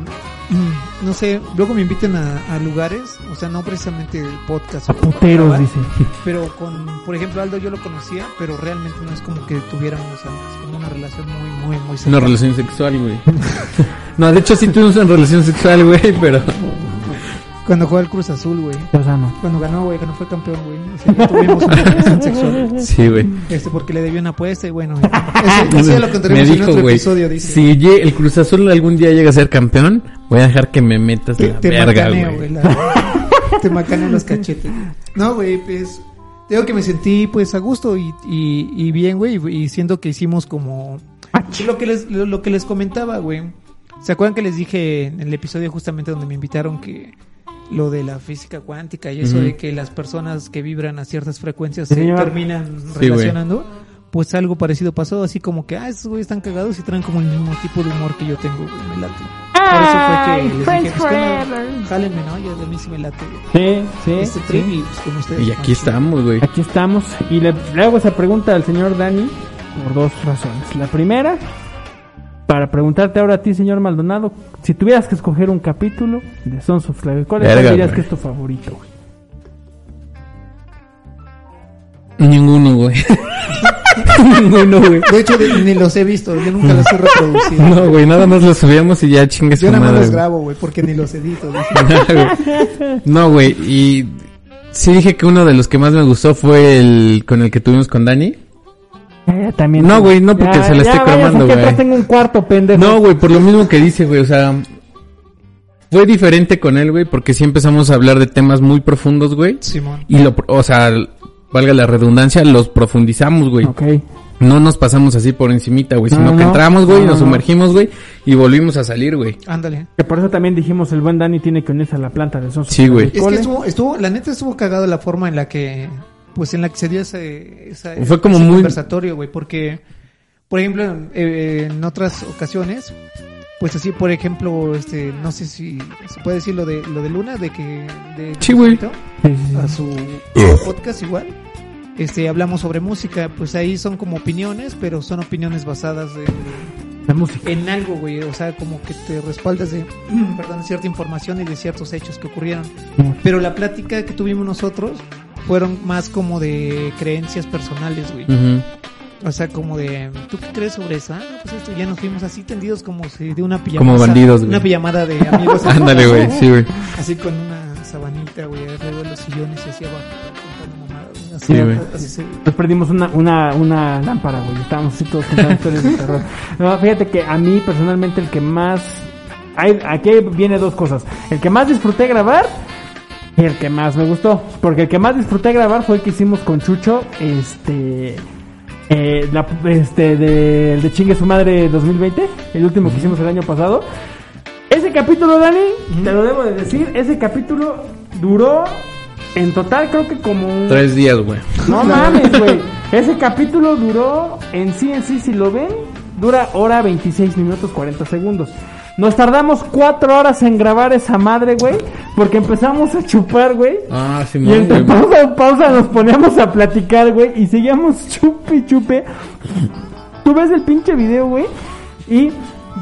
Speaker 4: mm, no sé, luego me inviten a, a lugares, o sea, no precisamente el podcast.
Speaker 3: a
Speaker 4: o- o
Speaker 3: puteros,
Speaker 4: grabar,
Speaker 3: dice.
Speaker 4: Pero con, por ejemplo, Aldo yo lo conocía, pero realmente no es como que tuviéramos antes, como una relación muy, muy, muy
Speaker 1: Una
Speaker 4: cercana.
Speaker 1: relación sexual, güey. no, de hecho sí tuvimos una relación sexual, güey, pero...
Speaker 4: Cuando jugaba el Cruz Azul, güey.
Speaker 3: O sea, no.
Speaker 4: Cuando ganó, güey, cuando fue campeón, güey. O sea, tuvimos una relación sexual. güey.
Speaker 1: Sí, güey.
Speaker 4: Este, porque le debió una apuesta y bueno. Eso, eso ya Ah, lo
Speaker 1: Me
Speaker 4: contaremos en
Speaker 1: dijo,
Speaker 4: otro
Speaker 1: güey,
Speaker 4: episodio, dice.
Speaker 1: si lle- el Cruz Azul algún día llega a ser campeón, voy a dejar que me metas
Speaker 4: te,
Speaker 1: la
Speaker 4: te
Speaker 1: verga,
Speaker 4: macaneo,
Speaker 1: güey.
Speaker 4: güey. la- te macaneo los cachetes. güey. No, güey, pues. Digo que me sentí pues a gusto y, y, y bien, güey. Y siento que hicimos como. Lo que les, lo, lo que les comentaba, güey. ¿Se acuerdan que les dije en el episodio justamente donde me invitaron que lo de la física cuántica y eso
Speaker 1: Ujú.
Speaker 4: de que las personas que vibran a ciertas frecuencias
Speaker 3: Sí,
Speaker 4: se
Speaker 3: señor.
Speaker 4: terminan
Speaker 1: güey.
Speaker 4: relacionando? Pues algo parecido pasó, así como que, ah, esos güeyes están cagados y traen como el mismo tipo de humor que yo tengo, güey, me late. Por eso fue que les dije, pues, ¿qué onda? Jálenme, ¿no? Yo de mí sí me late güey.
Speaker 3: Sí, sí.
Speaker 4: este
Speaker 3: sí.
Speaker 4: trip y pues con ustedes.
Speaker 1: Y aquí estamos, güey.
Speaker 3: Aquí estamos. Y le, le hago esa pregunta al señor Dani por dos razones. La primera, para preguntarte ahora a ti, señor Maldonado, si tuvieras que escoger un capítulo de Sons of Slaves, ¿cuál cuál
Speaker 1: Verga,
Speaker 3: dirías
Speaker 1: güey.
Speaker 3: que es tu favorito, güey?
Speaker 1: Ninguno, güey. Ninguno, güey.
Speaker 4: De hecho, de- ni los he visto, yo nunca los he reproducido.
Speaker 1: No, güey, nada más lo subíamos y ya chingas
Speaker 4: Yo
Speaker 1: tu
Speaker 4: nada más
Speaker 1: madre,
Speaker 4: los
Speaker 1: güey.
Speaker 4: grabo, güey, porque ni los edito. güey.
Speaker 1: no, güey, y sí dije que uno de los que más me gustó fue el con el que tuvimos con Dani.
Speaker 3: Eh, también
Speaker 1: No, güey, no, porque se la estoy
Speaker 3: váyanse,
Speaker 1: cromando,
Speaker 3: que
Speaker 1: güey.
Speaker 3: atrás tengo un cuarto, pendejo.
Speaker 1: No, güey, por lo mismo que dice, güey, o sea, fue diferente con él, güey, porque sí empezamos a hablar de temas muy profundos, güey.
Speaker 4: Simón.
Speaker 1: Y lo, pro- o sea, valga la redundancia, los profundizamos, güey.
Speaker 3: Ok.
Speaker 1: No nos pasamos así por encimita, güey,
Speaker 3: No,
Speaker 1: sino
Speaker 3: no,
Speaker 1: que
Speaker 3: no.
Speaker 1: entramos, güey,
Speaker 3: No,
Speaker 1: nos
Speaker 3: no, no.
Speaker 1: sumergimos, güey, y volvimos a salir, güey.
Speaker 4: Ándale.
Speaker 3: Que por eso también dijimos el buen Dani tiene que unirse a la planta de Sons of
Speaker 1: Sí, güey.
Speaker 4: Es que
Speaker 3: Cole.
Speaker 4: estuvo, estuvo, la neta estuvo cagado la forma en la que, pues en la que se dio ese, esa-
Speaker 1: Fue como
Speaker 4: ese
Speaker 1: muy-
Speaker 4: conversatorio, güey, porque, por ejemplo, en, eh, en otras ocasiones, pues así, por ejemplo, este, no sé si se puede decir lo de, lo de Luna, de que, de,
Speaker 1: Sí, güey.
Speaker 3: Sí, sí, sí.
Speaker 4: a su su podcast igual. Este, hablamos sobre música, pues ahí son como opiniones, pero son opiniones basadas en,
Speaker 3: La música.
Speaker 4: en algo, güey, o sea, como que te respaldas de, perdón, cierta información y de ciertos hechos que ocurrieron. Pero la plática que tuvimos nosotros fueron más como de creencias personales, güey.
Speaker 1: Ujú.
Speaker 4: O sea, como de, ¿tú qué crees sobre eso? Ah, no, pues esto, ya nos fuimos así tendidos como si de una pijamada.
Speaker 1: Como bandidos, güey.
Speaker 4: Una pijamada de amigos.
Speaker 1: Ándale, güey, sí, güey.
Speaker 4: Así con una sabanita, güey, alrededor de los sillones y hacia abajo. con toda la mamada, güey. Así,
Speaker 1: Sí, güey.
Speaker 4: así se-
Speaker 3: Nos perdimos una, una, una lámpara, güey. Estábamos así todos contando historias de terror. No, fíjate que a mí personalmente el que más... hay- aquí viene dos cosas. El que más disfruté grabar y el que más me gustó. Porque el que más disfruté grabar fue el que hicimos con Chucho, este... eh, la- este de, el de chingue su madre 2020, el último que hicimos el año pasado. Ese capítulo, Dani, te lo debo de decir, ese capítulo duró en total creo que como un-
Speaker 1: Tres días, güey.
Speaker 3: no mames, güey. Ese capítulo duró en sí, en sí, si lo ven, dura hora 26 minutos 40 segundos. Nos tardamos cuatro horas en grabar esa madre, güey, porque empezamos a chupar, güey.
Speaker 1: Ah, sí,
Speaker 3: Y
Speaker 1: güey.
Speaker 3: entre pausa en pausa nos poníamos a platicar, güey, y seguíamos chupe y chupe. Tú ves el pinche video, güey, y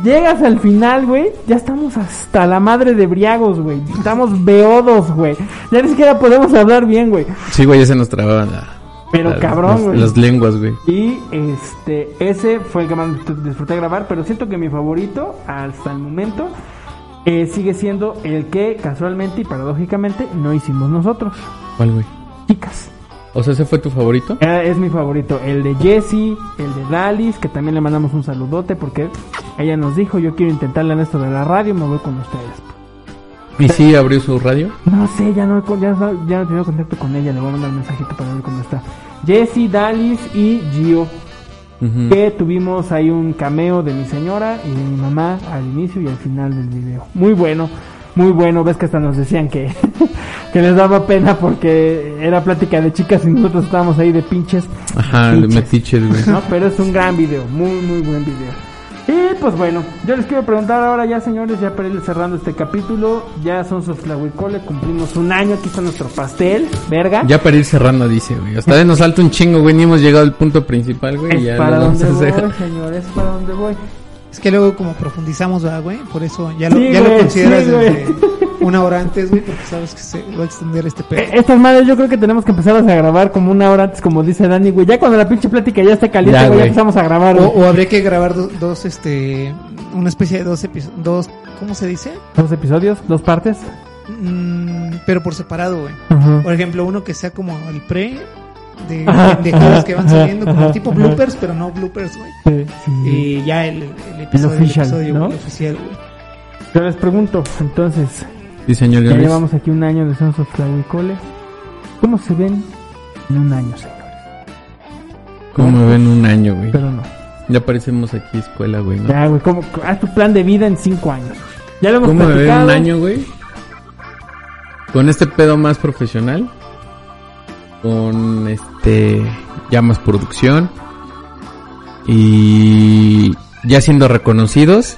Speaker 3: llegas al final, güey, ya estamos hasta la madre de briagos, güey. Estamos beodos, güey. Ya ni siquiera podemos hablar bien, güey.
Speaker 1: Sí, güey, ya se nos trababa la,
Speaker 3: Pero
Speaker 1: Las-
Speaker 3: cabrón,
Speaker 1: las,
Speaker 3: güey.
Speaker 1: las lenguas, güey.
Speaker 3: Y este, ese fue el que más t- disfruté grabar, pero siento que mi favorito hasta el momento eh, sigue siendo el que casualmente y paradójicamente no hicimos nosotros.
Speaker 1: ¿Cuál, güey?
Speaker 3: Chicas.
Speaker 1: O sea, ¿ese fue tu favorito?
Speaker 3: Eh, es mi favorito. El de Jessie, el de Dalis, que también le mandamos un saludote porque ella nos dijo, yo quiero intentarle en esto de la radio, me voy con ustedes.
Speaker 1: ¿Y sí abrió su radio?
Speaker 3: No sé, ya no, ya, no- ya no he tenido contacto con ella, le voy a mandar un mensajito para ver cómo está. Jessie, Dalis y Gio,
Speaker 1: Ujú.
Speaker 3: que tuvimos ahí un cameo de mi señora y de mi mamá al inicio y al final del video. Muy bueno, muy bueno, ves que hasta nos decían que, que les daba pena porque era plática de chicas y nosotros estábamos ahí de pinches.
Speaker 1: Ajá,
Speaker 3: Pinches.
Speaker 1: le metiches, güey.
Speaker 3: No, pero es un gran video, muy, muy buen video. Y pues bueno, yo les quiero preguntar ahora ya, señores, ya para ir cerrando este capítulo, ya son sus tlahuicoles, cumplimos un año, aquí está nuestro pastel, verga.
Speaker 1: Ya para ir cerrando, dice, güey. Hasta de nos salta un chingo, güey. Ni hemos llegado al punto principal, güey. y
Speaker 3: es
Speaker 1: ya
Speaker 3: para
Speaker 1: lo vamos
Speaker 3: donde
Speaker 1: a
Speaker 3: voy,
Speaker 1: hacer.
Speaker 3: señores, es para donde voy.
Speaker 4: Es que luego como profundizamos, ¿verdad, güey? Por eso ya lo,
Speaker 3: Sí,
Speaker 4: ya lo
Speaker 3: güey,
Speaker 4: consideras
Speaker 3: sí,
Speaker 4: desde
Speaker 3: güey.
Speaker 4: una hora antes, güey, porque sabes que se va a extender este
Speaker 3: Eh,
Speaker 4: pedo.
Speaker 3: Estas madres yo creo que tenemos que empezar a grabar como una hora antes, como dice Dani, güey. Ya cuando la pinche plática ya esté caliente,
Speaker 1: Ya,
Speaker 3: güey, ya
Speaker 1: güey.
Speaker 3: empezamos a grabar,
Speaker 4: O,
Speaker 3: güey.
Speaker 4: o habría que grabar do- dos, este, una especie de dos episodios, dos, ¿cómo se dice?
Speaker 3: Dos episodios, dos partes.
Speaker 4: Mm, pero por separado, güey.
Speaker 3: Ajá.
Speaker 4: Por ejemplo, uno que sea como el pre de
Speaker 3: Ajá.
Speaker 4: pendejadas que van saliendo, como
Speaker 3: Ajá.
Speaker 4: tipo bloopers, pero no bloopers, güey.
Speaker 3: Sí, sí, sí.
Speaker 4: Y ya el, el episodio, el
Speaker 3: oficial,
Speaker 4: episodio,
Speaker 3: ¿no?
Speaker 4: güey, el oficial, güey.
Speaker 3: Yo les pregunto, entonces,
Speaker 1: Sí, señor
Speaker 3: Ya
Speaker 1: Leonis.
Speaker 3: llevamos aquí un año de Sons of Tlahuicoles. ¿Cómo se ven en un año, señores?
Speaker 1: ¿Cómo me ven un año, güey?
Speaker 3: Pero no.
Speaker 1: Ya parecemos aquí escuela, güey. ¿no?
Speaker 3: Ya, güey, ¿cómo, haz tu plan de vida en cinco años. Ya lo hemos
Speaker 1: ¿Cómo me ven
Speaker 3: platicado.
Speaker 1: un año, güey? Con este pedo más profesional. Con este. Ya más producción. Y. Ya siendo reconocidos.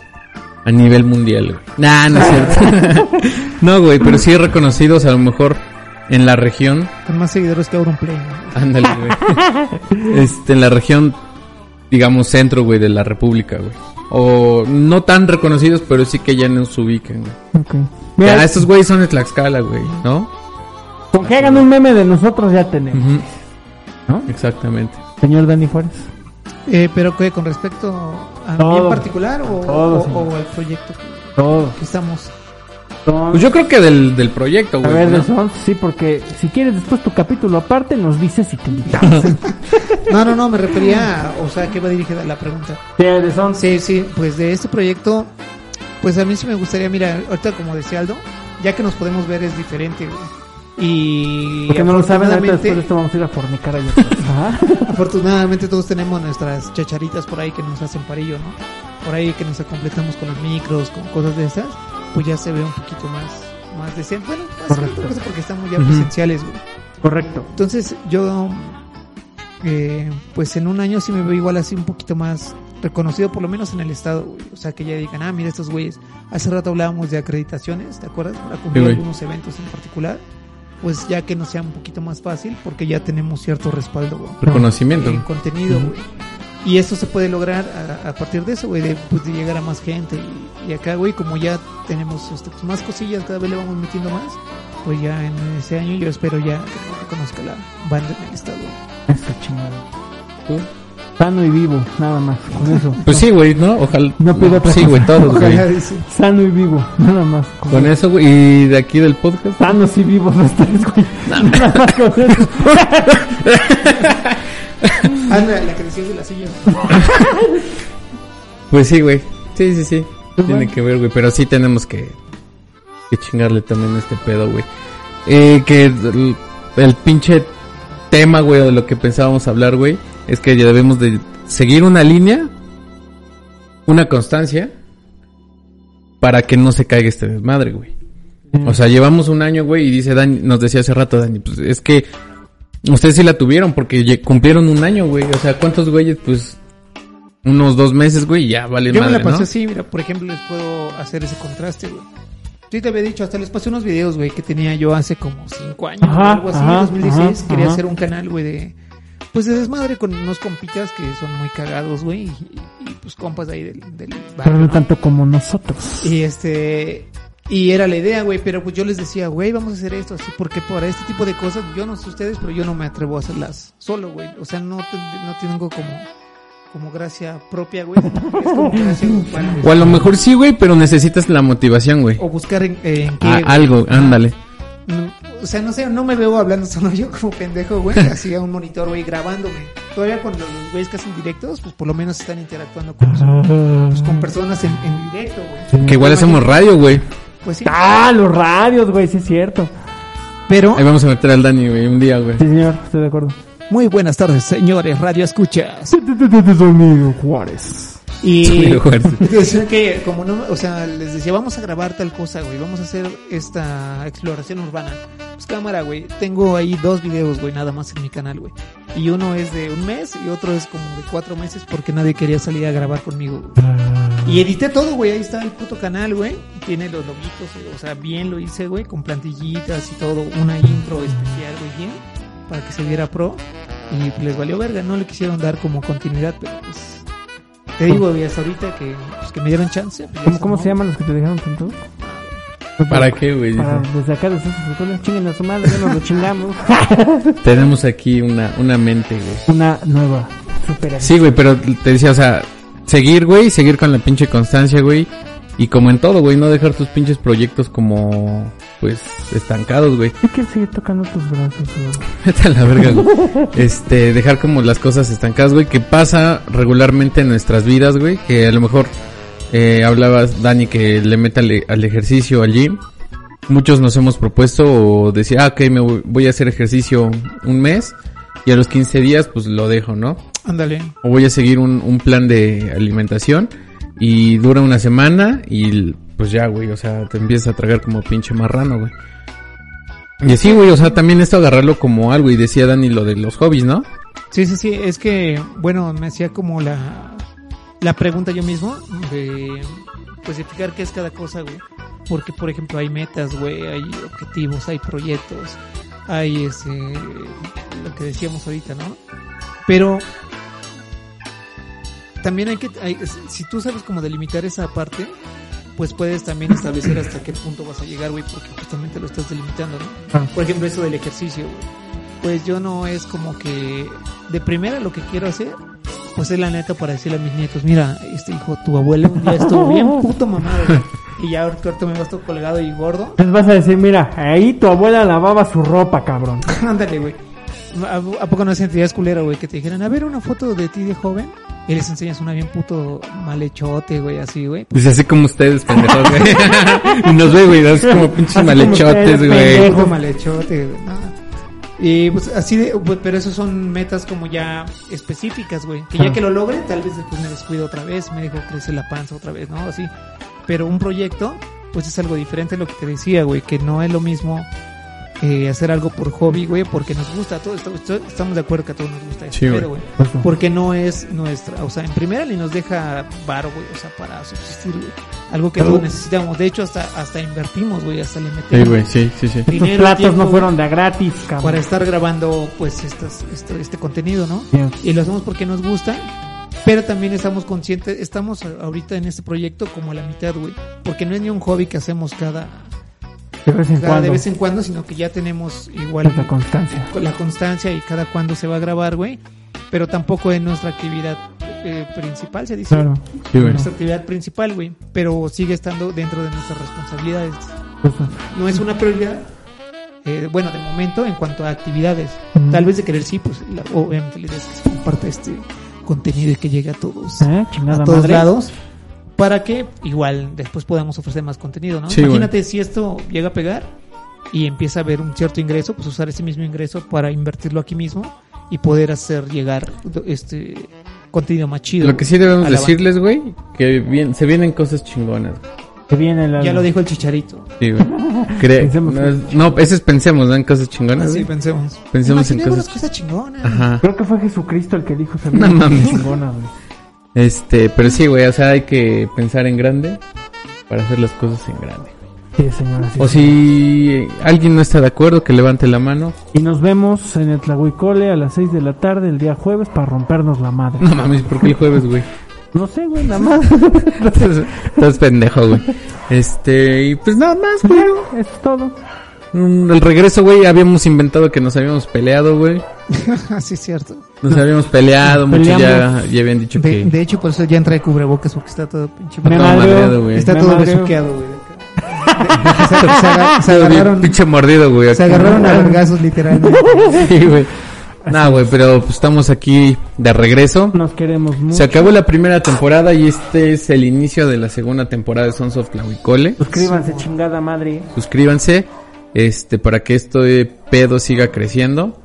Speaker 1: A nivel mundial, güey. Nah, no es cierto. no, güey, pero sí reconocidos a lo mejor en la región.
Speaker 4: Con más seguidores que Auronplay, güey.
Speaker 1: Ándale, güey. Este, en la región, digamos, centro, güey, de la República, güey. O no tan reconocidos, pero sí que ya nos ubican, güey.
Speaker 3: Ok. Mira,
Speaker 1: Ya, estos güeyes son de Tlaxcala, güey, ¿no?
Speaker 3: con que hagan un meme de nosotros ya tenemos.
Speaker 1: Ujú. Exactamente.
Speaker 3: Señor Dani Juárez.
Speaker 4: Eh, pero que con respecto a mí
Speaker 3: Todo.
Speaker 4: en particular o,
Speaker 3: Todo,
Speaker 4: o-
Speaker 3: señor.
Speaker 4: o al proyecto que,
Speaker 3: Todo.
Speaker 4: que estamos.
Speaker 1: Pues yo creo que del, del proyecto,
Speaker 3: A
Speaker 1: güey.
Speaker 3: ver,
Speaker 1: ¿no?
Speaker 3: de Sons, sí, porque si quieres después tu capítulo aparte, nos dices si te invitamos.
Speaker 4: No, no, no, me refería, a- o sea, ¿qué va dirigida la pregunta?
Speaker 3: Sí, de Sons.
Speaker 4: Sí, sí, pues de este proyecto, pues a mí sí me gustaría, mira, ahorita como decía Aldo, ya que nos podemos ver es diferente, güey. Y
Speaker 3: Porque no lo saben, ahorita después de
Speaker 4: afortunadamente,
Speaker 3: esto vamos a ir a fornicar allá. Ajá.
Speaker 4: afortunadamente todos tenemos nuestras chacharitas por ahí que nos hacen parillo, ¿no? Por ahí que nos completamos con los micros, con cosas de esas, pues ya se ve un poquito más, más decente. Bueno, más
Speaker 3: Correcto.
Speaker 4: cosa porque estamos ya
Speaker 1: Ujú.
Speaker 4: presenciales, güey.
Speaker 3: Correcto.
Speaker 4: Entonces yo, eh, pues en un año sí me veo igual así un poquito más reconocido, por lo menos en el estado, güey. O sea, que ya digan, ah, mira estos güeyes. Hace rato hablábamos de acreditaciones, ¿te acuerdas? Para cumplir
Speaker 1: güey.
Speaker 4: algunos eventos en particular. Pues ya que nos sea un poquito más fácil, porque ya tenemos cierto respaldo, güey.
Speaker 1: Reconocimiento.
Speaker 4: En contenido, güey. Y esto se puede lograr a, a partir de eso, güey, de, pues, de llegar a más gente. Y, y acá, güey, como ya tenemos este, pues, más cosillas, cada vez le vamos metiendo más, pues ya en ese año yo espero ya que nos reconozca la banda en el estado.
Speaker 3: Eso chingado.
Speaker 1: ¿Tú?
Speaker 3: Sano y vivo, nada más. Con eso.
Speaker 1: Pues sí, güey, ¿no? Ojalá.
Speaker 3: No pido otra
Speaker 1: Sí, güey,
Speaker 3: cosa.
Speaker 1: todos, güey.
Speaker 4: dice.
Speaker 3: Sano y vivo, nada más.
Speaker 1: Con eso, güey. Y de aquí del podcast.
Speaker 3: Sanos y vivos los tres, güey. Nada más con eso.
Speaker 4: Anda, la que decías de la silla.
Speaker 1: Pues sí, güey. Sí, sí, sí.
Speaker 3: Pues
Speaker 1: Tiene
Speaker 3: bueno.
Speaker 1: que ver, güey. Pero sí tenemos que, que chingarle también a este pedo, güey. Eh, que el, el pinche tema, güey, de lo que pensábamos hablar, güey, es que ya debemos de seguir una línea, una constancia, para que no se caiga este desmadre, güey. O sea, llevamos un año, güey, y dice Dani, nos decía hace rato Dani, pues es que ustedes sí la tuvieron porque lle- cumplieron un año, güey. O sea, ¿cuántos güeyes? Pues unos dos meses, güey, y ya vale
Speaker 4: Yo
Speaker 1: madre,
Speaker 4: me la pasé
Speaker 1: ¿no?
Speaker 4: así, mira, por ejemplo, les puedo hacer ese contraste, güey. Sí te había dicho, hasta les pasé unos videos, güey, que tenía yo hace como 5 años,
Speaker 3: Ajá,
Speaker 4: o algo así,
Speaker 3: ajá,
Speaker 4: 2016.
Speaker 3: ajá,
Speaker 4: quería
Speaker 3: ajá.
Speaker 4: hacer un canal, güey, de... Pues de desmadre con unos compitas que son muy cagados, güey, y, y, pues compas de ahí del, del
Speaker 3: Pero
Speaker 4: barrio,
Speaker 3: no
Speaker 4: ¿no?
Speaker 3: tanto como nosotros.
Speaker 4: Y este... Y era la idea, güey, pero pues yo les decía, güey, vamos a hacer esto así, porque para este tipo de cosas, yo no sé ustedes, pero yo no me atrevo a hacerlas solo, güey. O sea, no, te- no tengo como, como gracia propia, güey. Es como gracia grupal, güey.
Speaker 1: O a lo mejor sí, güey, pero necesitas la motivación, güey.
Speaker 4: O buscar en, en qué.
Speaker 1: A-
Speaker 4: güey.
Speaker 1: algo, ándale.
Speaker 4: No, o sea, no sé, no me veo hablando solo yo como pendejo, güey, así a un monitor, güey, grabándome. Todavía cuando los güeyes que hacen directos, pues por lo menos están interactuando con,
Speaker 1: Ah.
Speaker 4: pues, con personas en, en directo, güey.
Speaker 1: Que igual hacemos radio, güey.
Speaker 4: Pues sí.
Speaker 3: Ah, los radios, güey, sí es cierto.
Speaker 4: Pero,
Speaker 1: Ahí vamos a meter al Dani, güey, un día, güey.
Speaker 3: Sí, señor, estoy de acuerdo.
Speaker 4: muy buenas tardes, señores, radio escuchas.
Speaker 3: Sonido Juárez.
Speaker 4: Y
Speaker 1: Güey,
Speaker 4: decía que, como no, o sea, les decía, vamos a grabar tal cosa, güey, vamos a hacer esta exploración urbana. Pues cámara, güey, tengo ahí dos videos, güey, nada más en mi canal, güey. Y uno es de un mes y otro es como de cuatro meses porque nadie quería salir a grabar conmigo, güey. Y edité todo, güey. Ahí está el puto canal, güey. Tiene los lobitos, o sea, bien lo hice, güey. Con plantillitas y todo. Una intro especial, güey, bien. Para que se viera pro. Y pues, les valió verga. No le quisieron dar como continuidad, pero pues. Te digo, güey, hasta ahorita que, pues, que me dieron chance. pues, ya
Speaker 3: ¿Cómo, cómo
Speaker 4: armó.
Speaker 3: se llaman los que te dejaron tanto?
Speaker 1: ¿Para qué, güey?
Speaker 3: Para desde acá, desde esas escuelas, chinguen a su madre, ya nos lo chingamos.
Speaker 1: Tenemos aquí una, una mente, güey.
Speaker 3: Una nueva super
Speaker 1: Sí, güey, pero te decía, o sea, seguir, güey, seguir con la pinche constancia, güey. Y como en todo, güey, no dejar tus pinches proyectos como, pues, estancados, güey.
Speaker 3: Yo quiero seguir tocando tus brazos, güey.
Speaker 1: Vete a la verga, güey. Este, dejar como las cosas estancadas, güey, que pasa regularmente en nuestras vidas, güey. Que a lo mejor eh, hablabas, Dani, que le meta al, e-, al ejercicio, al gym. Muchos nos hemos propuesto o decía, ah, ok, me voy, voy a hacer ejercicio un mes. Y a los 15 días, pues lo dejo, ¿no?
Speaker 4: Ándale.
Speaker 1: o voy a seguir un, un plan de alimentación y dura una semana y pues ya, güey, o sea, te empiezas a tragar como pinche marrano, güey. Y así, güey, o sea, también esto agarrarlo como algo y decía Dani lo de los hobbies, ¿no?
Speaker 4: Sí, sí, sí. Es que, bueno, me hacía como la, la pregunta yo mismo de, pues, de fijar qué es cada cosa, güey. Porque, por ejemplo, hay metas, güey, hay objetivos, hay proyectos, hay ese, lo que decíamos ahorita, ¿no? Pero también hay que, hay- si tú sabes cómo delimitar esa parte, pues puedes también establecer hasta qué punto vas a llegar, güey, porque justamente lo estás delimitando, ¿no? Por ejemplo, eso del ejercicio, güey. Pues yo no es como que de primera lo que quiero hacer, pues es la neta para decirle a mis nietos, mira, este hijo, tu abuelo un día estuvo bien puto mamado, güey. Y ya ahorita ahorita me vas todo colgado y gordo.
Speaker 3: Les vas a decir, mira, ahí tu abuela lavaba su ropa, cabrón.
Speaker 4: Ándale, güey. ¿A, a poco no sentías culero, güey? Que te dijeran, a ver una foto de ti de joven. Y les enseñas una bien puto malhechote, güey, así, güey.
Speaker 1: Dice así como ustedes, pendejos, güey. y nos ve, güey, así como pinches
Speaker 3: Así como
Speaker 1: malechotes,
Speaker 3: ustedes,
Speaker 1: güey.
Speaker 3: pendejo.
Speaker 4: Puto malhechote, güey. no. Y pues así de, pues, pero eso son metas como ya específicas, güey. Que ya
Speaker 3: Ah.
Speaker 4: que lo logre, tal vez después me descuido otra vez, me dejo crecer la panza otra vez, ¿no? Así. Pero un proyecto, pues es algo diferente a lo que te decía, güey, que no es lo mismo eh, hacer algo por hobby, güey, porque nos gusta todo esto. esto- Estamos de acuerdo que a todos nos gusta
Speaker 1: Sí,
Speaker 4: eso,
Speaker 1: güey.
Speaker 4: pero, güey. Porque no es nuestra, o sea, en primera ni nos deja varo, güey, o sea, para subsistir, güey. Algo que todos necesitamos. De hecho, hasta, hasta invertimos, güey, hasta le
Speaker 1: Sí,
Speaker 4: metemos
Speaker 1: güey, sí, sí, sí.
Speaker 3: Estos
Speaker 4: dinero,
Speaker 3: platos
Speaker 4: tiempo,
Speaker 3: no fueron de a gratis, cabrón.
Speaker 4: para estar grabando pues estas, esto- este, contenido, ¿no?
Speaker 3: Bien.
Speaker 4: Y lo hacemos porque nos gusta, pero también estamos conscientes, estamos a- ahorita en este proyecto como a la mitad, güey, porque no es ni un hobby que hacemos cada,
Speaker 3: De vez en
Speaker 4: cada
Speaker 3: cuando.
Speaker 4: de vez en cuando, sino que ya tenemos igual
Speaker 3: Tanta constancia.
Speaker 4: la constancia y cada cuándo se va a grabar, güey, pero tampoco es nuestra actividad eh, principal, se dice.
Speaker 3: Claro.
Speaker 1: Sí, güey.
Speaker 4: Nuestra actividad principal, güey, pero sigue estando dentro de nuestras responsabilidades.
Speaker 3: justo.
Speaker 4: No es una prioridad, eh, bueno, de momento en cuanto a actividades.
Speaker 3: Ujú.
Speaker 4: Tal vez de querer sí, pues la- obviamente la idea es que se comparta este contenido y que llegue a todos,
Speaker 3: ¿Eh? Chingada
Speaker 4: a todos
Speaker 3: madre.
Speaker 4: lados, para que igual después podamos ofrecer más contenido, ¿no?
Speaker 1: Sí,
Speaker 4: Imagínate si esto llega a pegar y empieza a haber un cierto ingreso, pues usar ese mismo ingreso para invertirlo aquí mismo y poder hacer llegar do- este contenido más chido.
Speaker 1: Lo que sí
Speaker 4: güey,
Speaker 1: debemos
Speaker 4: a la banda.
Speaker 1: decirles, güey, que bien, se vienen cosas chingonas.
Speaker 3: Que viene la-
Speaker 4: Ya lo dijo el chicharito.
Speaker 1: Sí, güey. Cre-
Speaker 3: Pensemos. Ah,
Speaker 1: no, es- no, ese es pensemos, ¿no? En cosas chingonas.
Speaker 4: Así
Speaker 1: güey.
Speaker 4: pensemos.
Speaker 1: Pensemos en
Speaker 4: Imaginemos
Speaker 1: cosas
Speaker 4: cosas chingonas.
Speaker 1: Ajá.
Speaker 3: Creo que fue Jesucristo el que dijo se
Speaker 1: No
Speaker 3: viene
Speaker 1: mames.
Speaker 3: chingona, güey.
Speaker 1: Este, pero sí, güey, o sea, hay que pensar en grande para hacer las cosas en grande.
Speaker 3: Sí, señora. sí,
Speaker 1: O si alguien no está de acuerdo, que levante la mano.
Speaker 3: Y nos vemos en el Tlahuicole a las 6 de la tarde el día jueves para rompernos la madre.
Speaker 1: No mames, ¿por qué el jueves, güey?
Speaker 3: No sé, güey, nada más.
Speaker 1: Estás, estás pendejo, güey. Este, y pues nada más, güey.
Speaker 3: Eso es todo.
Speaker 1: Mm, El regreso, güey, habíamos inventado que nos habíamos peleado, güey.
Speaker 4: sí, es cierto.
Speaker 1: Nos habíamos peleado, mucho ya,
Speaker 3: Peleamos.
Speaker 1: ya habían dicho
Speaker 4: De,
Speaker 1: que...
Speaker 4: de hecho, por eso ya entra de cubrebocas porque está todo pinche.
Speaker 1: Me
Speaker 3: Me
Speaker 1: todo
Speaker 3: madreó.
Speaker 1: madreado, güey.
Speaker 4: Está
Speaker 3: Me
Speaker 4: todo
Speaker 3: madreo.
Speaker 4: besuqueado, güey. Se, se aga- se
Speaker 1: Todo bien
Speaker 4: agarraron,
Speaker 1: Pinche mordido, güey.
Speaker 4: se
Speaker 1: acá.
Speaker 4: agarraron a vergazos, literalmente.
Speaker 1: Sí, güey. Nah, güey, pero pues, estamos aquí de regreso.
Speaker 3: Nos queremos mucho.
Speaker 1: Se acabó la primera temporada y este es el inicio de la segunda temporada de Sons of Tlahuicole.
Speaker 3: Suscríbanse, chingada madre.
Speaker 1: Suscríbanse, este, para que este pedo siga creciendo.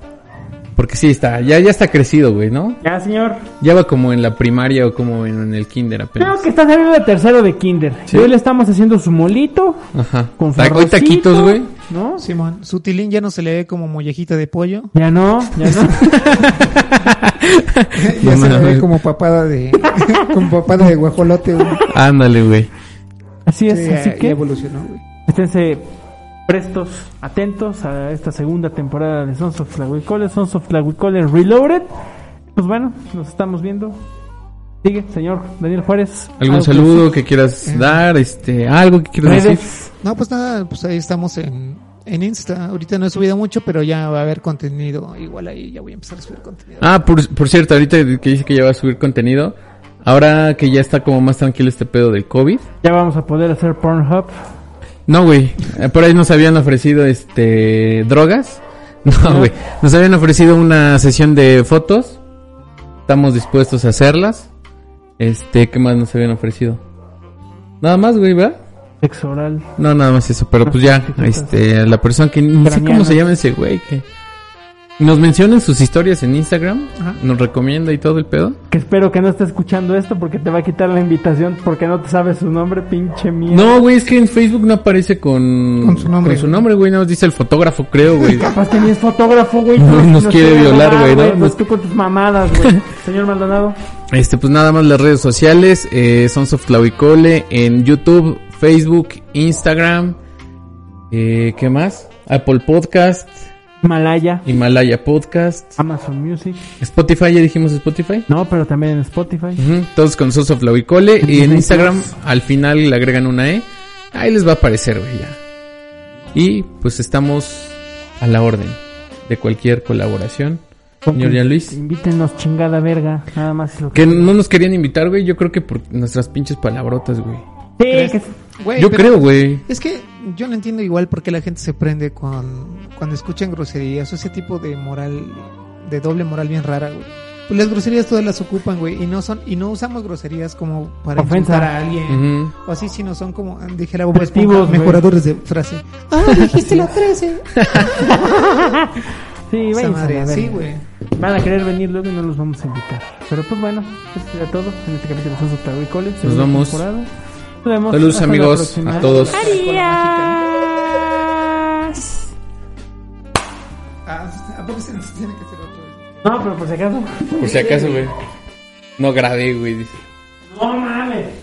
Speaker 1: Porque sí, está, ya, ya está crecido, güey, ¿no?
Speaker 3: Ya, señor.
Speaker 1: Ya va como en la primaria o como en, en el kinder apenas.
Speaker 3: Creo que está saliendo de tercero de kinder.
Speaker 1: Sí.
Speaker 3: Y hoy le estamos haciendo su molito.
Speaker 1: Ajá.
Speaker 3: Con
Speaker 1: Ta- Hoy
Speaker 3: arrocito,
Speaker 1: taquitos, güey.
Speaker 3: ¿No?
Speaker 4: Simón, su tilín ya no se le ve como mollejita de pollo.
Speaker 3: Ya no, ya no.
Speaker 4: ya
Speaker 1: No
Speaker 4: se le
Speaker 1: mames.
Speaker 4: ve como papada de. como papada de guajolote, güey.
Speaker 1: Ándale, güey.
Speaker 3: Así es,
Speaker 4: Sí,
Speaker 3: así
Speaker 4: ya- ya
Speaker 3: que
Speaker 4: evolucionó, güey.
Speaker 3: esténse prestos, atentos a esta segunda temporada de Sons of Tlahuicole, Sons of Tlahuicole Reloaded. Pues bueno, nos estamos viendo. Sigue, señor Daniel Juárez.
Speaker 1: ¿Algún
Speaker 3: Algo que
Speaker 1: saludo que quieras dar? Este, algo que quieras
Speaker 3: decir.
Speaker 1: decir.
Speaker 3: Redes.
Speaker 4: No, pues nada, pues ahí estamos en, en Insta. Ahorita no he subido mucho, pero ya va a haber contenido. Igual ahí ya voy a empezar a subir contenido.
Speaker 1: Ah, por, por cierto, ahorita que dice que ya va a subir contenido. Ahora que ya está como más tranquilo este pedo del COVID.
Speaker 3: Ya vamos a poder hacer Pornhub.
Speaker 1: No, güey. eh, Por ahí nos habían ofrecido, este, drogas. No, güey. Nos habían ofrecido una sesión de fotos. Estamos dispuestos a hacerlas. Este, ¿qué más nos habían ofrecido? Nada más, güey, ¿verdad?
Speaker 3: Sexo oral.
Speaker 1: No, nada más eso, pero pues ya, este, la persona que no sé cómo se llama ese güey, que nos mencionen sus historias en Instagram,
Speaker 4: Ajá.
Speaker 1: nos recomienda y todo el pedo.
Speaker 3: Que espero que no esté escuchando esto porque te va a quitar la invitación porque no te sabes su nombre, pinche mierda.
Speaker 1: No, güey, es que en Facebook no aparece con,
Speaker 4: Con su nombre.
Speaker 1: con su nombre, güey, nos dice el fotógrafo, creo, güey.
Speaker 3: Capaz que ni es fotógrafo, güey.
Speaker 1: No,
Speaker 3: Pues,
Speaker 1: nos quiere violar, güey, ¿no?
Speaker 3: Pues
Speaker 1: Nos-
Speaker 3: tú con tus mamadas, güey. Señor Maldonado.
Speaker 1: Este, pues nada más las redes sociales, eh, Sons of Tlahuicole en YouTube, Facebook, Instagram, eh, ¿qué más? Apple Podcast,
Speaker 3: Malaya.
Speaker 1: Himalaya
Speaker 4: Ah.
Speaker 1: Podcast,
Speaker 3: Amazon Music.
Speaker 1: Spotify, ya dijimos Spotify.
Speaker 3: No, pero también en Spotify.
Speaker 1: Ujú, Todos con Sons of Tlahuicole y en Instagram al final le agregan una E, ahí les va a aparecer, güey, ya. Y pues estamos a la orden de cualquier colaboración. Señor ya Luis.
Speaker 3: Invítenos, chingada verga. Nada más es lo que.
Speaker 1: Que no nos querían invitar, güey, yo creo que por nuestras pinches palabrotas, güey.
Speaker 3: Sí, que-
Speaker 4: Güey,
Speaker 1: yo
Speaker 4: pero
Speaker 1: creo, güey.
Speaker 4: Es que yo no entiendo igual por qué la gente se prende con, cuando escuchan groserías o ese tipo de moral, de doble moral bien rara, güey. Pues las groserías todas las ocupan, güey, y no son, y no usamos groserías como para
Speaker 3: Ofensa.
Speaker 4: insultar a alguien.
Speaker 1: Ujú.
Speaker 4: O así, sino son como, dijera Bob Esponja,
Speaker 3: Despectivos, güey.
Speaker 4: mejoradores de frase. Ah, dijiste la 13.
Speaker 3: sí,
Speaker 4: Esa
Speaker 3: váyanse a la
Speaker 4: madre,
Speaker 3: verga.
Speaker 4: sí, güey.
Speaker 3: Van a querer venir luego y no los vamos a invitar. Pero pues bueno, esto era todo. En este capítulo son Sopla y Cole, segunda
Speaker 1: vamos.
Speaker 3: temporada. Nos vemos.
Speaker 1: Saludos,
Speaker 3: Hasta la
Speaker 1: amigos,
Speaker 3: próxima.
Speaker 1: a todos.
Speaker 4: Ah, ¿a poco se se tiene que hacer otro?
Speaker 3: No, pero por si acaso.
Speaker 1: Por si acaso, güey. No grabé, güey. dice.
Speaker 3: No mames.